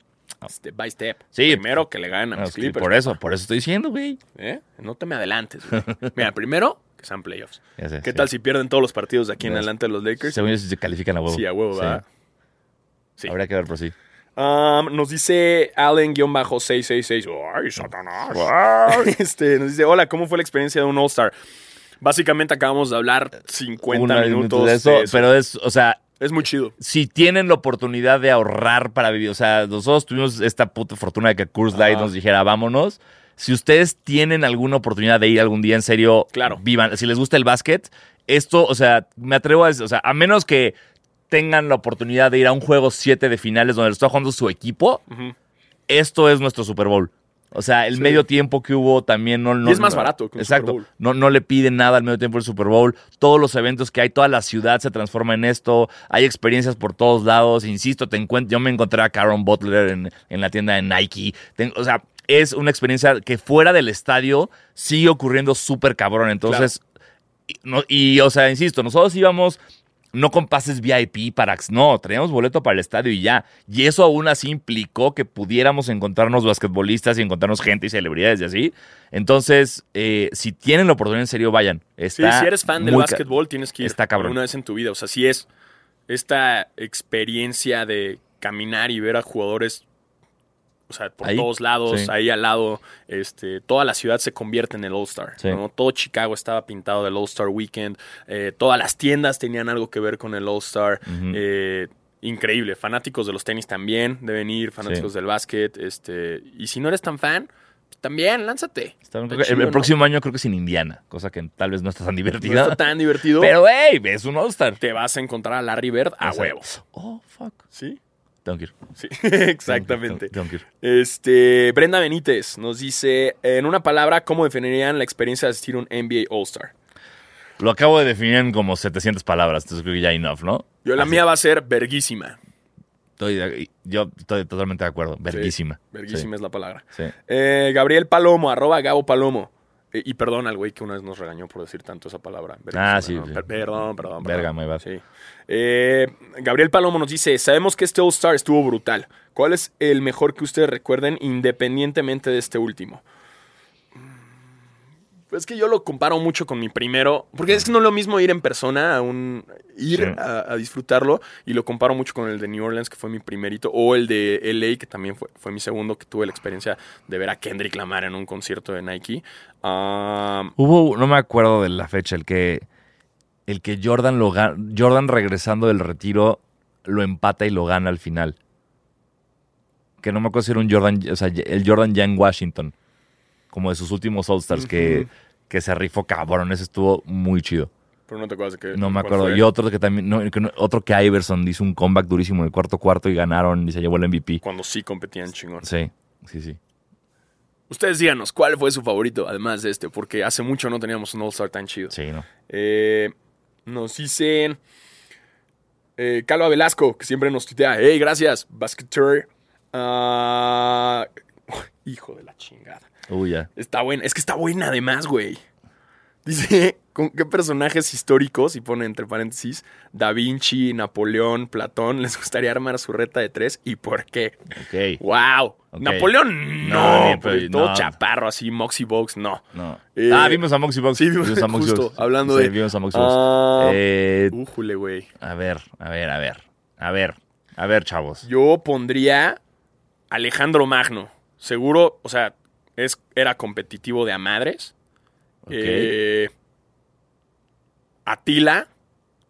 Este, by step.
Sí.
Primero que le ganan a
Ah,
los
sí,
Clippers.
por eso, por eso estoy diciendo, güey.
¿eh? No te me adelantes, güey. Mira, primero que sean playoffs.
Ya sé,
¿Qué
sí.
tal si pierden todos los partidos de aquí en
Ya sé.
adelante los Lakers?
Según yo, si se califican a huevo.
Sí, a huevo,
Sí.
¿verdad? Sí.
Habría que ver por sí.
Um, nos dice Allen-666. ¡Ay, Satanás! Este, nos dice: Hola, ¿cómo fue la experiencia de un All-Star? Básicamente acabamos de hablar 50
Una-
minutos.
de eso,
de eso.
pero es, o sea,
Es muy chido.
si tienen la oportunidad de ahorrar para vivir, o sea, nosotros tuvimos esta puta fortuna de que Curse Light
Ajá.
nos dijera, vámonos. Si ustedes tienen alguna oportunidad de ir algún día en serio,
Claro.
vivan. Si les gusta el básquet, esto, o sea, me atrevo a decir, o sea, a menos que tengan la oportunidad de ir a un juego 7 de finales donde lo está jugando su equipo,
Ujú.
esto es nuestro Super Bowl. O sea, el
Sí.
medio tiempo que hubo también no, no-
es más
no-
barato que un
exacto.
Super Bowl.
No, no le piden nada al medio tiempo del Super Bowl. Todos los eventos que hay, toda la ciudad se transforma en esto. Hay experiencias por todos lados. Insisto, te encuent- yo me encontré a Karen Butler en, en la tienda de Nike. Ten- o sea, es una experiencia que fuera del estadio sigue ocurriendo súper cabrón. Entonces, y, no- y, o sea, insisto, nosotros íbamos no con pases VIP para... No, teníamos boleto para el estadio y ya. Y eso aún así implicó que pudiéramos encontrarnos basquetbolistas y encontrarnos gente y celebridades y así. Entonces, eh, si tienen la oportunidad, en serio, vayan.
Sí,
Está
si eres fan del
muy ca-
básquetbol, tienes que ir
Está cabrón.
una vez en tu vida. O sea, si es esta experiencia de caminar y ver a jugadores, o sea, por
Ahí,
todos lados,
sí.
ahí al lado, este, toda la ciudad se convierte en el All-Star.
Sí.
¿no? Todo Chicago estaba pintado del All-Star Weekend. eh, todas las tiendas tenían algo que ver con el All-Star.
Ujú.
eh, increíble. Fanáticos de los tenis también deben ir, fanáticos del básquet. Este, y si no eres tan fan, pues también lánzate.
Está-
Está
creo que el,
chido,
el
¿no?
próximo año creo que es en Indiana, cosa que tal vez no está tan
No
divertida.
está tan divertido.
Pero, hey, es un All-Star.
te vas a encontrar a Larry Bird a
Exacto.
huevo.
Oh, fuck.
¿Sí?
Tengo que ir. Tengo
Sí,
que ir,
exactamente.
Tengo que ir.
Este, Brenda Benítez nos dice, en una palabra, ¿cómo definirían la experiencia de asistir a un NBA All-Star?
Lo acabo de definir en como 700 palabras, entonces creo que ya enough, ¿no?
Yo la
Así-
mía va a ser verguísima.
Estoy de- yo estoy totalmente de acuerdo. Verguísima.
Verguísima es la palabra.
Sí, sí.
Eh, Gabriel Palomo, arroba Gabo Palomo. Eh, y perdón al güey que una vez nos regañó por decir tanto esa palabra. Verguísima,
Ah, sí,
¿no?
sí.
Per- Perdón, perdón. perdón.
Verga, my bad.
Sí. Eh, Gabriel Palomo nos dice, sabemos que este All-Star estuvo brutal. ¿Cuál es el mejor que ustedes recuerden independientemente de este último? Mm, Es que yo lo comparo mucho con mi primero, porque es que no es lo mismo ir en persona a un ir
Sí.
a, a disfrutarlo y lo comparo mucho con el de New Orleans que fue mi primerito o el de LA que también fue, fue mi segundo que tuve la experiencia de ver a Kendrick Lamar en un concierto de Nike. Ah,
Hubo, no me acuerdo de la fecha, el que, el que Jordan, lo ga- Jordan regresando del retiro lo empata y lo gana al final. Que no me acuerdo si era un Jordan, o sea, el Jordan ya en Washington, como de sus últimos All-Stars, que, que se rifó cabrón. Ese estuvo muy chido.
pero no te acuerdas de que
No me acuerdo. Y otro que también, no, que no- otro que Iverson hizo un comeback durísimo en el cuarto cuarto y ganaron y se llevó el MVP.
cuando sí competían chingón.
Sí, sí, sí.
Ustedes díganos cuál fue su favorito, además de este, porque hace mucho no teníamos un All-Star tan chido.
Sí, no.
Eh, nos dicen. eh, Calva Velasco, que siempre nos tuitea. Hey, gracias, Basketer. Ah, hijo de la chingada.
Uy, ya.
Está buena, es que está buena además, güey. Dice, ¿con qué personajes históricos, y pone entre paréntesis, Da Vinci, Napoleón, Platón, les gustaría armar su reta de tres y por qué?
Ok.
¡Wow!
Ok.
Napoleón
No,
no,
ni-
porque
pero-
todo
no.
chaparro así, Moxie Box, no.
No.
Eh,
ah, vimos a Moxie Box.
sí, vimos-
a Moxie
justo,
Box.
hablando
Sí,
de-
vimos a Moxie Box.
Ah.
Eh,
Újule, güey.
a ver, a ver, a ver. A ver, a ver, chavos.
Yo pondría Alejandro Magno. Seguro, o sea, es, era competitivo de a madres.
Ok.
Eh, Atila.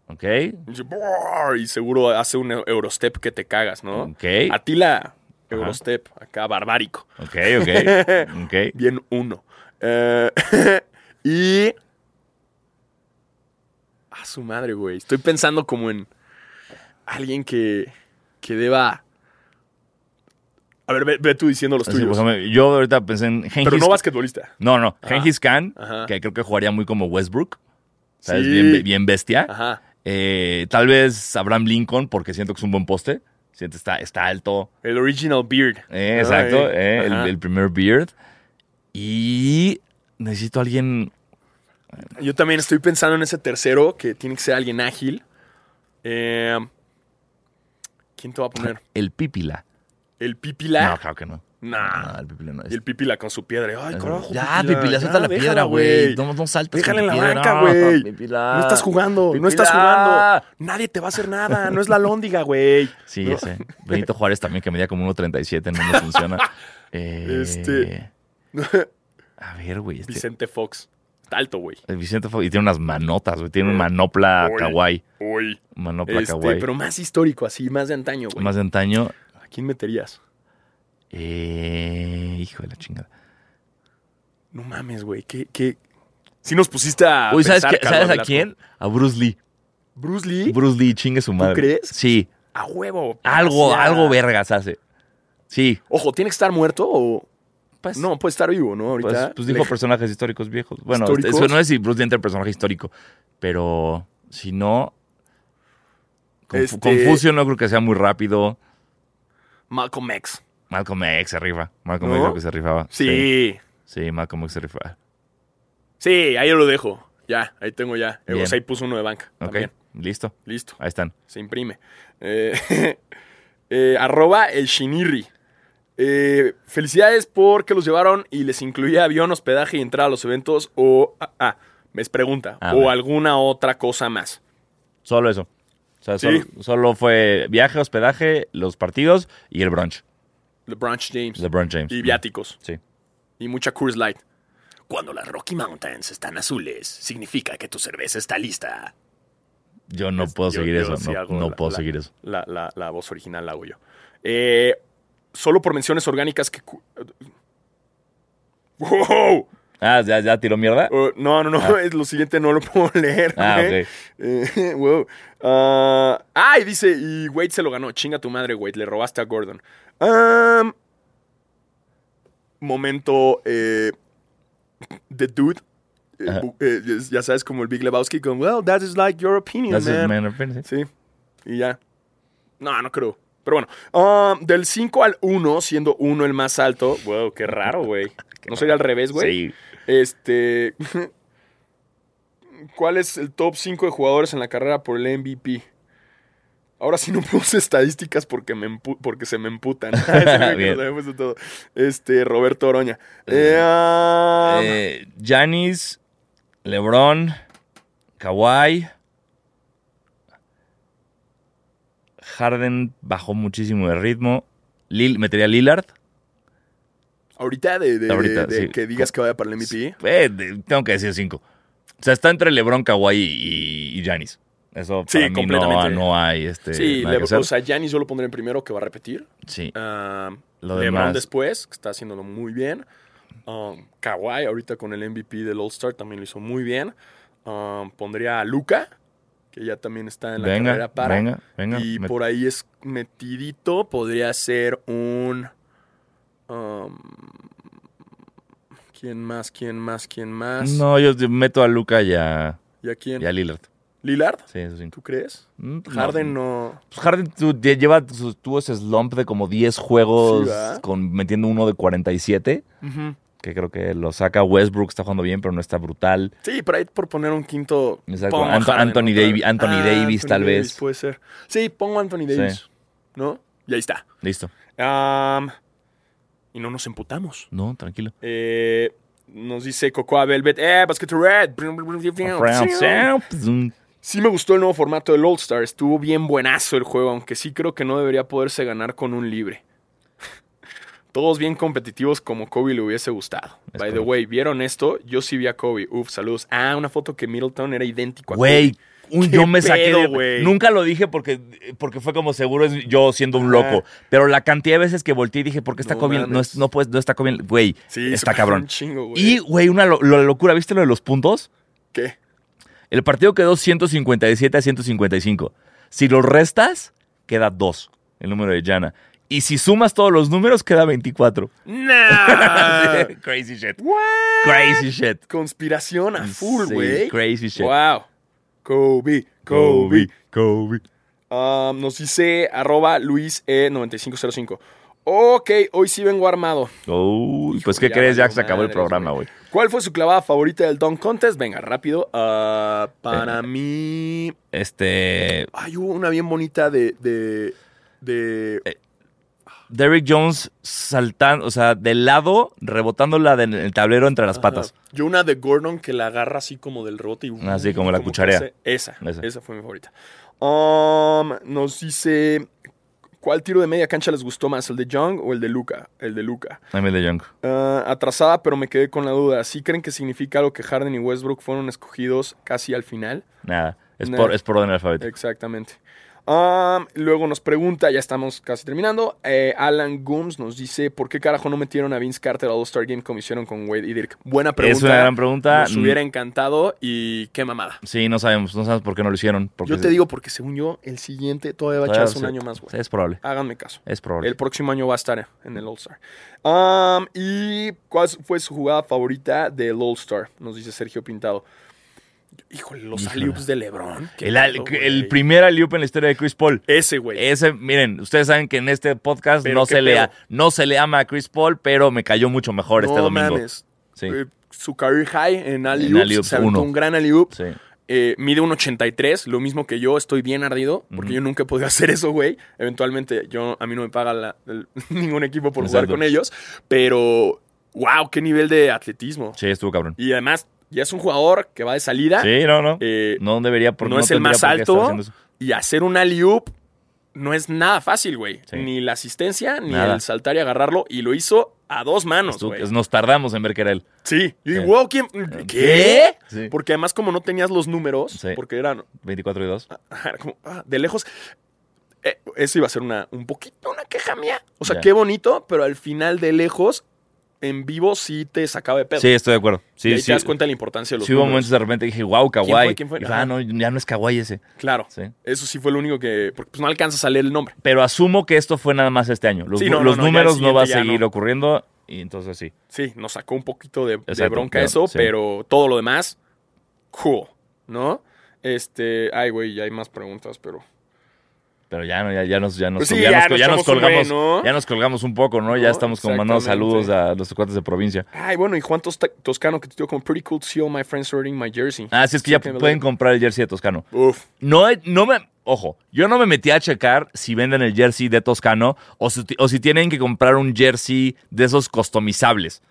ok.
dice, "Brrr", Y seguro hace un Eurostep que te cagas, ¿no? Ah.
Ok.
Atila, Eurostep, acá barbárico.
Ok, ok. Ok.
Bien uno. Eh, y A su madre, güey. Estoy pensando como en alguien que, que deba... A ver, ve, ve tú diciendo los
Así, pues, por
tuyos.
ejemplo, yo ahorita pensé en Gengis
Pero no basquetbolista.
No, no, Gengis Khan,
Ajá.
que creo que jugaría muy como Westbrook. ¿Sabes?
Sí. Ah.
Bien, bien bestia.
Ajá.
Eh, tal vez Abraham Lincoln, porque siento que es un buen poste. Siento está, está alto.
El original beard.
Eh, exacto,
Ay,
eh, el,
ajá.
el primer Beard. Y necesito a alguien.
Yo también estoy pensando en ese tercero, que tiene que ser alguien ágil. Eh, ¿Quién te va a poner?
El Pípila.
¿El
No,
Pipila?
claro que no.
Nah.
No, el Pípila no es.
Ah. Y el Pipila con su piedra. Ay,
es-
carajo.
ya, Pípila, suelta la
déjala,
piedra, güey. No, no saltes.
Déjala
con
en
tu
la
piedra.
banca, güey.
Pípila.
No estás jugando, no estás
Pípila.
jugando. Nadie te va a hacer nada. No es la lóndiga, güey.
Sí,
No.
ya sé. Benito Juárez también, que medía como 1.37, no me funciona. Eh,
Este.
A ver, güey. este-
Vicente Fox. Está alto, güey.
el Vicente Fox- Y tiene unas manotas, güey. Tiene un manopla
Oye.
kawaii.
Uy.
Manopla
Este,
kawaii.
pero más histórico, así, más de antaño, güey.
Más de antaño.
¿A quién meterías?
Eh, hijo de la chingada.
No mames, güey. ¿Qué, qué? Si nos pusiste a.
Uy, ¿sabes,
pensar,
qué- ¿sabes
Carlos
a
Velasco.
quién? A Bruce Lee.
Bruce Lee.
Bruce Lee, chingue su madre.
crees?
Sí.
a huevo.
Algo,
Hacia-
algo vergas hace. Sí.
Ojo, ¿tiene que estar muerto o.?
Pues,
No, puede estar vivo, ¿no?
pues,
Ahorita.
pues dijo
Le-
personajes históricos viejos. Bueno,
¿Históricos?
eso no es si Bruce Lee entra en personaje histórico. Pero si no. Confu-
Este-
Confucio no creo que sea muy rápido.
Malcolm X.
Malcolm X se rifa. Malcolm
¿No?
X creo que se rifaba.
Sí.
Sí, Malcolm X se rifaba.
Sí, ahí lo dejo. Ya, ahí tengo ya. Eh,
Bien.
O sea, ahí puso uno de banca.
Ok,
También.
listo.
Listo.
Ahí están.
Se imprime. Eh, eh, arroba el Shinirri. Eh, felicidades porque los llevaron y les incluía avión, hospedaje y entrada a los eventos o... Ah, ah, me pregunta.
A
o
ver.
alguna otra cosa más.
Solo eso. O sea,
Sí.
solo, solo fue viaje, hospedaje, los partidos y el brunch.
LeBron James.
LeBron James.
y viáticos.
Sí.
Y mucha Coors Light.
Cuando las Rocky Mountains están azules, significa que tu cerveza está lista.
Yo no
Es-
puedo
yo-
seguir
yo
eso.
sí
no
hago
no
la-
puedo
la-
seguir eso.
La, la- la voz original la hago yo. Eh, solo por menciones orgánicas que... cu- ¡Wow!
Ah, ¿ya, ya tiró mierda?
Uh, no, no, no,
Ah.
es lo siguiente no lo puedo leer.
Ah,
güey.
ok.
Eh, wow. Ah, ay, dice, y Wade se lo ganó. Chinga tu madre, Wade, le robaste a Gordon. Am, momento, eh, The Dude. eh,
Ajá.
bu- eh, ya- ya sabes, como el Big Lebowski, con, well, that is like your opinion,
That's
man.
his man of opinion, sí.
Sí, y ya. No, no creo. Pero bueno, ah, del 5 al 1, siendo 1 el más alto. Wow, qué raro, güey. ¿No sería al revés, Pues, güey?
Sí.
Este. ¿Cuál es el top 5 de jugadores en la carrera por el MVP? Ahora sí no puse estadísticas porque, me empu- porque se me emputan. Es
Ah,
el único que
Bien.
nos había puesto todo. Este, Roberto Oroña. Eh, um,
Eh, Giannis, LeBron, Kawhi. Harden bajó muchísimo de ritmo. Lil, metería a Lillard.
ahorita de, de-
ahorita,
de- de
sí.
que digas que vaya para el MVP.
Eh, de- tengo que decir cinco. O sea, está entre LeBron, Kawhi y, y Giannis. Eso
Sí,
para mí no-
completamente.
No, hay este.
Sí,
nada que
Lebr-
hacer.
o sea, Giannis yo lo pondré en primero que va a repetir.
sí.
Um,
Lo
LeBron
demás.
después, que está haciéndolo muy bien. Um, Kawhi ahorita con el MVP del All Star también lo hizo muy bien. Um, pondría a Luca, que ya también está en la
Venga,
carrera para.
venga, venga.
y
Me-
por ahí es metidito, podría ser un... um, ¿Quién más? ¿Quién más? ¿Quién más?
No, yo yo meto a Luca y a,
¿Y a quién?
y a Lillard.
¿Lillard?
Sí, esos cinco.
¿Tú crees?
Mm,
Harden no.
Pues Harden tu- de- lleva, su- tuvo ese slump de como 10 juegos
Sí, ¿verdad?
con, metiendo uno de 47,
Ujú.
que creo que lo saca. Westbrook está jugando bien, pero no está brutal.
Sí, por ahí por poner un quinto.
Exacto.
pongo a
Anto-
Harden
Anthony
otra
Davi-
vez. Ah,
Anthony Davis, tal vez.
Puede ser. Sí, pongo a Anthony Davis. ¿No? Y ahí está.
Listo.
Am, y no nos emputamos.
No, tranquilo.
Eh, nos dice Cocoa Velvet. ¡Eh, Basket Red!
pues,
Sí me gustó el nuevo formato del All Star. Estuvo bien buenazo el juego, aunque sí creo que no debería poderse ganar con un libre. Todos bien competitivos como Kobe le hubiese gustado.
Es
By the
correcto.
way, ¿vieron esto? Yo sí vi a Kobe. Uf, saludos. Ah, una foto que Middleton era idéntico a
Güey, un-
¿Qué
yo me saqué
pedo,
de-
güey?
Nunca lo dije porque, porque fue como seguro es yo siendo un
Ajá.
loco. Pero la cantidad de veces que volteé y dije, ¿por qué está
Ah. No
Kobe? No,
mames.
es- no, puedes, no está Kobe. Güey, está
Sí, se me fue
cabrón.
un chingo, güey.
Y, güey, una lo- lo- locura. ¿Viste lo de los puntos?
¿Qué?
El partido quedó 157 a 155. Si lo restas, queda 2, el número de Jana. Y si sumas todos los números, queda 24.
¡Nah!
Crazy shit.
What?
Crazy shit.
Conspiración a full,
Sí,
güey.
Crazy shit.
Wow. Kobe, Kobe. Um, nos dice arroba e luise9505. Ok, hoy sí vengo armado.
Uy, pues
Hijo,
¿qué
ya
crees? Ya
valió
se acabó el
madres,
programa, güey.
¿Cuál fue su clavada favorita del Don Contest? Venga, rápido. Ah,
Eh.
para mí.
Este.
Ay, hubo una bien bonita de. de. de.
Eh, Derrick Jones saltando, o sea, de lado, rebotándola de- en el tablero entre las patas.
Ajá. Yo una de Gordon que la agarra así como del rebote y. uh,
Así como la cucharea.
que hace- Esa, esa.
Esa.
fue mi favorita. Um, nos dice. ¿Cuál tiro de media cancha les gustó más? ¿El de Young o el de Luca? El de Luca.
Dame de Young.
Ah, atrasada, pero me quedé con la duda. ¿Sí creen que significa algo que Harden y Westbrook fueron escogidos casi al final?
Nada. Es,
Nah. Eh,
Por, es por orden alfabético.
Exactamente. Am, luego nos pregunta, ya estamos casi terminando. eh, Alan Gooms nos dice: ¿Por qué carajo no metieron a Vince Carter al All-Star Game como hicieron con Wade y Dirk? Buena pregunta.
Es una gran pregunta.
Nos hubiera encantado y qué mamada.
Sí, no sabemos. No sabemos por qué no lo hicieron. porque
Yo te digo, porque según yo, el siguiente todavía va a
todavía
echarse un
se-
año más, güey.
Es probable.
Háganme caso.
Es probable.
El próximo año va a estar en el All-Star. Am, ¿Y cuál fue su jugada favorita del All-Star? Nos dice Sergio Pintado. Híjole, los
Híjole.
alley-oops de LeBron. qué
El, al-
pedo,
el
güey.
primer aliup en la historia de Chris Paul.
Ese, güey.
Ese, miren, ustedes saben que en este podcast
Pero
no
qué
se, le,
pedo.
no se le ama a Chris Paul, pero me cayó mucho mejor este domingo.
mames.
Sí,
Eh, su career high en alley
En alley-oops,
se aventó
uno.
un gran alley-oop.
sí.
Eh, mide un 83, lo mismo que yo, estoy bien ardido, porque yo nunca he podido hacer eso, güey. Eventualmente, yo, a mí no me paga la- el- ningún equipo por jugar
Exacto.
con ellos, pero, wow, qué nivel de atletismo.
Sí, estuvo cabrón.
Y además, ya es un jugador que va de salida,
Sí, no, no.
eh,
no debería por
no es el
tendría
más
por qué estar
alto.
haciendo eso.
y hacer un alley-oop no es nada fácil, güey.
Sí.
Ni la asistencia, ni
Nada.
el saltar y agarrarlo, y lo hizo a dos manos,
Estuvo-
güey.
nos tardamos en ver que era él.
Sí. Y
Sí. Eh,
wow, ¿quién? ¿Qué?
Sí.
Porque además, como no tenías los números,
Sí.
porque eran
24 y 2.
ajá, como, ah, de lejos. eh, eso iba a ser una, un poquito una queja mía. O sea,
Ya.
qué bonito, pero al final de lejos, en vivo sí te sacaba de pedo.
Sí, estoy de acuerdo.
y ahí
Sí, sí.
te das cuenta de la importancia de los
Sí hubo
números.
momentos de repente dije, wow,
fue?
kawaii.
¿Quién fue?
Y,
Ajá.
Ah, no, ya no es kawaii ese.
Claro.
Sí.
Eso sí fue lo único que. Porque pues, no alcanzas a leer el nombre.
Pero asumo que esto fue nada más este año. Los,
Sí, no,
nu-
no,
los
no, ya el
números no va a
siguiente ya
seguir
no.
ocurriendo. Y entonces sí.
Sí, nos sacó un poquito de, de
Exacto,
bronca
claro,
eso,
sí.
pero todo lo demás, cool, ¿no? Este, ay, güey, ya hay más preguntas, pero.
Pero ya, no, ya, ya nos, ya nos,
Pues sí,
ya
ya
nos-
nos
ya nos
echamos un
colgamos.
buen, ¿no?
Ya nos colgamos un poco, ¿no?
No,
Ya estamos como mandando
exactamente.
saludos a los cuates de provincia.
Ay, bueno, y Juan Tosta- Toscano que te dio como pretty cool to see all my friends wearing my jersey.
Ah, sí, es que ya
Sí, que me
pueden
lo-
comprar el jersey de Toscano.
Uf.
No, he- no me. Ojo, yo no me metí a checar si venden el jersey de Toscano o si, o si tienen que comprar un jersey de esos customizables.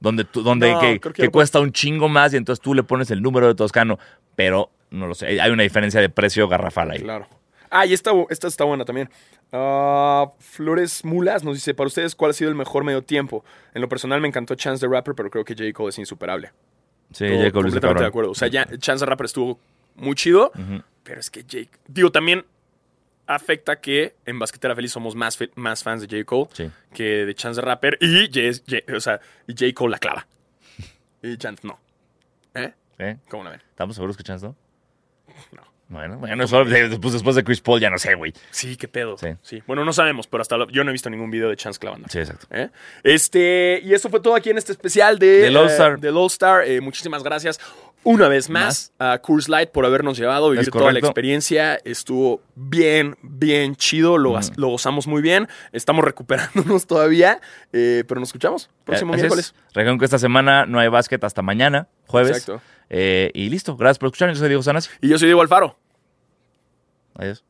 Donde, tú- donde
No,
que,
creo que
que
ya lo-
cuesta un chingo más y entonces tú le pones el número de Toscano. Pero no lo sé. Hay una diferencia de precio garrafal ahí.
Claro. Ah, y esta, esta está buena también. Ah, Flores Mulas nos dice, para ustedes, ¿cuál ha sido el mejor medio tiempo? En lo personal me encantó Chance the Rapper, pero creo que J. Cole es insuperable.
Sí,
Todo
Jacob Luis
completamente
de cabrón.
de acuerdo. O sea, ya Chance the Rapper estuvo muy chido,
Ujú.
pero es que Jake... Digo, también afecta que en Basquetera Feliz somos más, fe- más fans de J. Cole
Sí.
que de Chance the Rapper y J, J- o sea, y J. Cole la clava. Y Chance no. ¿Eh?
¿Eh?
¿Cómo la ven?
¿Estamos seguros que Chance no?
No.
Bueno, bueno, eso, de- pues después de Chris Paul ya no sé, güey.
Sí, qué pedo. Sí.
Sí.
Bueno, no sabemos, pero hasta lo- yo no he visto ningún video de Chance clavando.
Sí, exacto.
¿Eh? Este, y eso fue todo aquí en este especial de,
Del All Star.
eh, del All Star. Eh, muchísimas gracias una vez más, a Curse Light por habernos llevado, vivir
Es
toda la
correcto.
experiencia. Estuvo bien, bien chido,
Mm.
lo, gas- lo gozamos muy bien. Estamos recuperándonos todavía, eh, pero nos escuchamos próximo
Eh, Así es.
miércoles.
Recuerden que esta semana no hay básquet hasta mañana, jueves.
Exacto.
Eh, y listo. Gracias por escuchar. Yo soy Diego Sanas.
Y yo soy Diego Alfaro.
Adiós.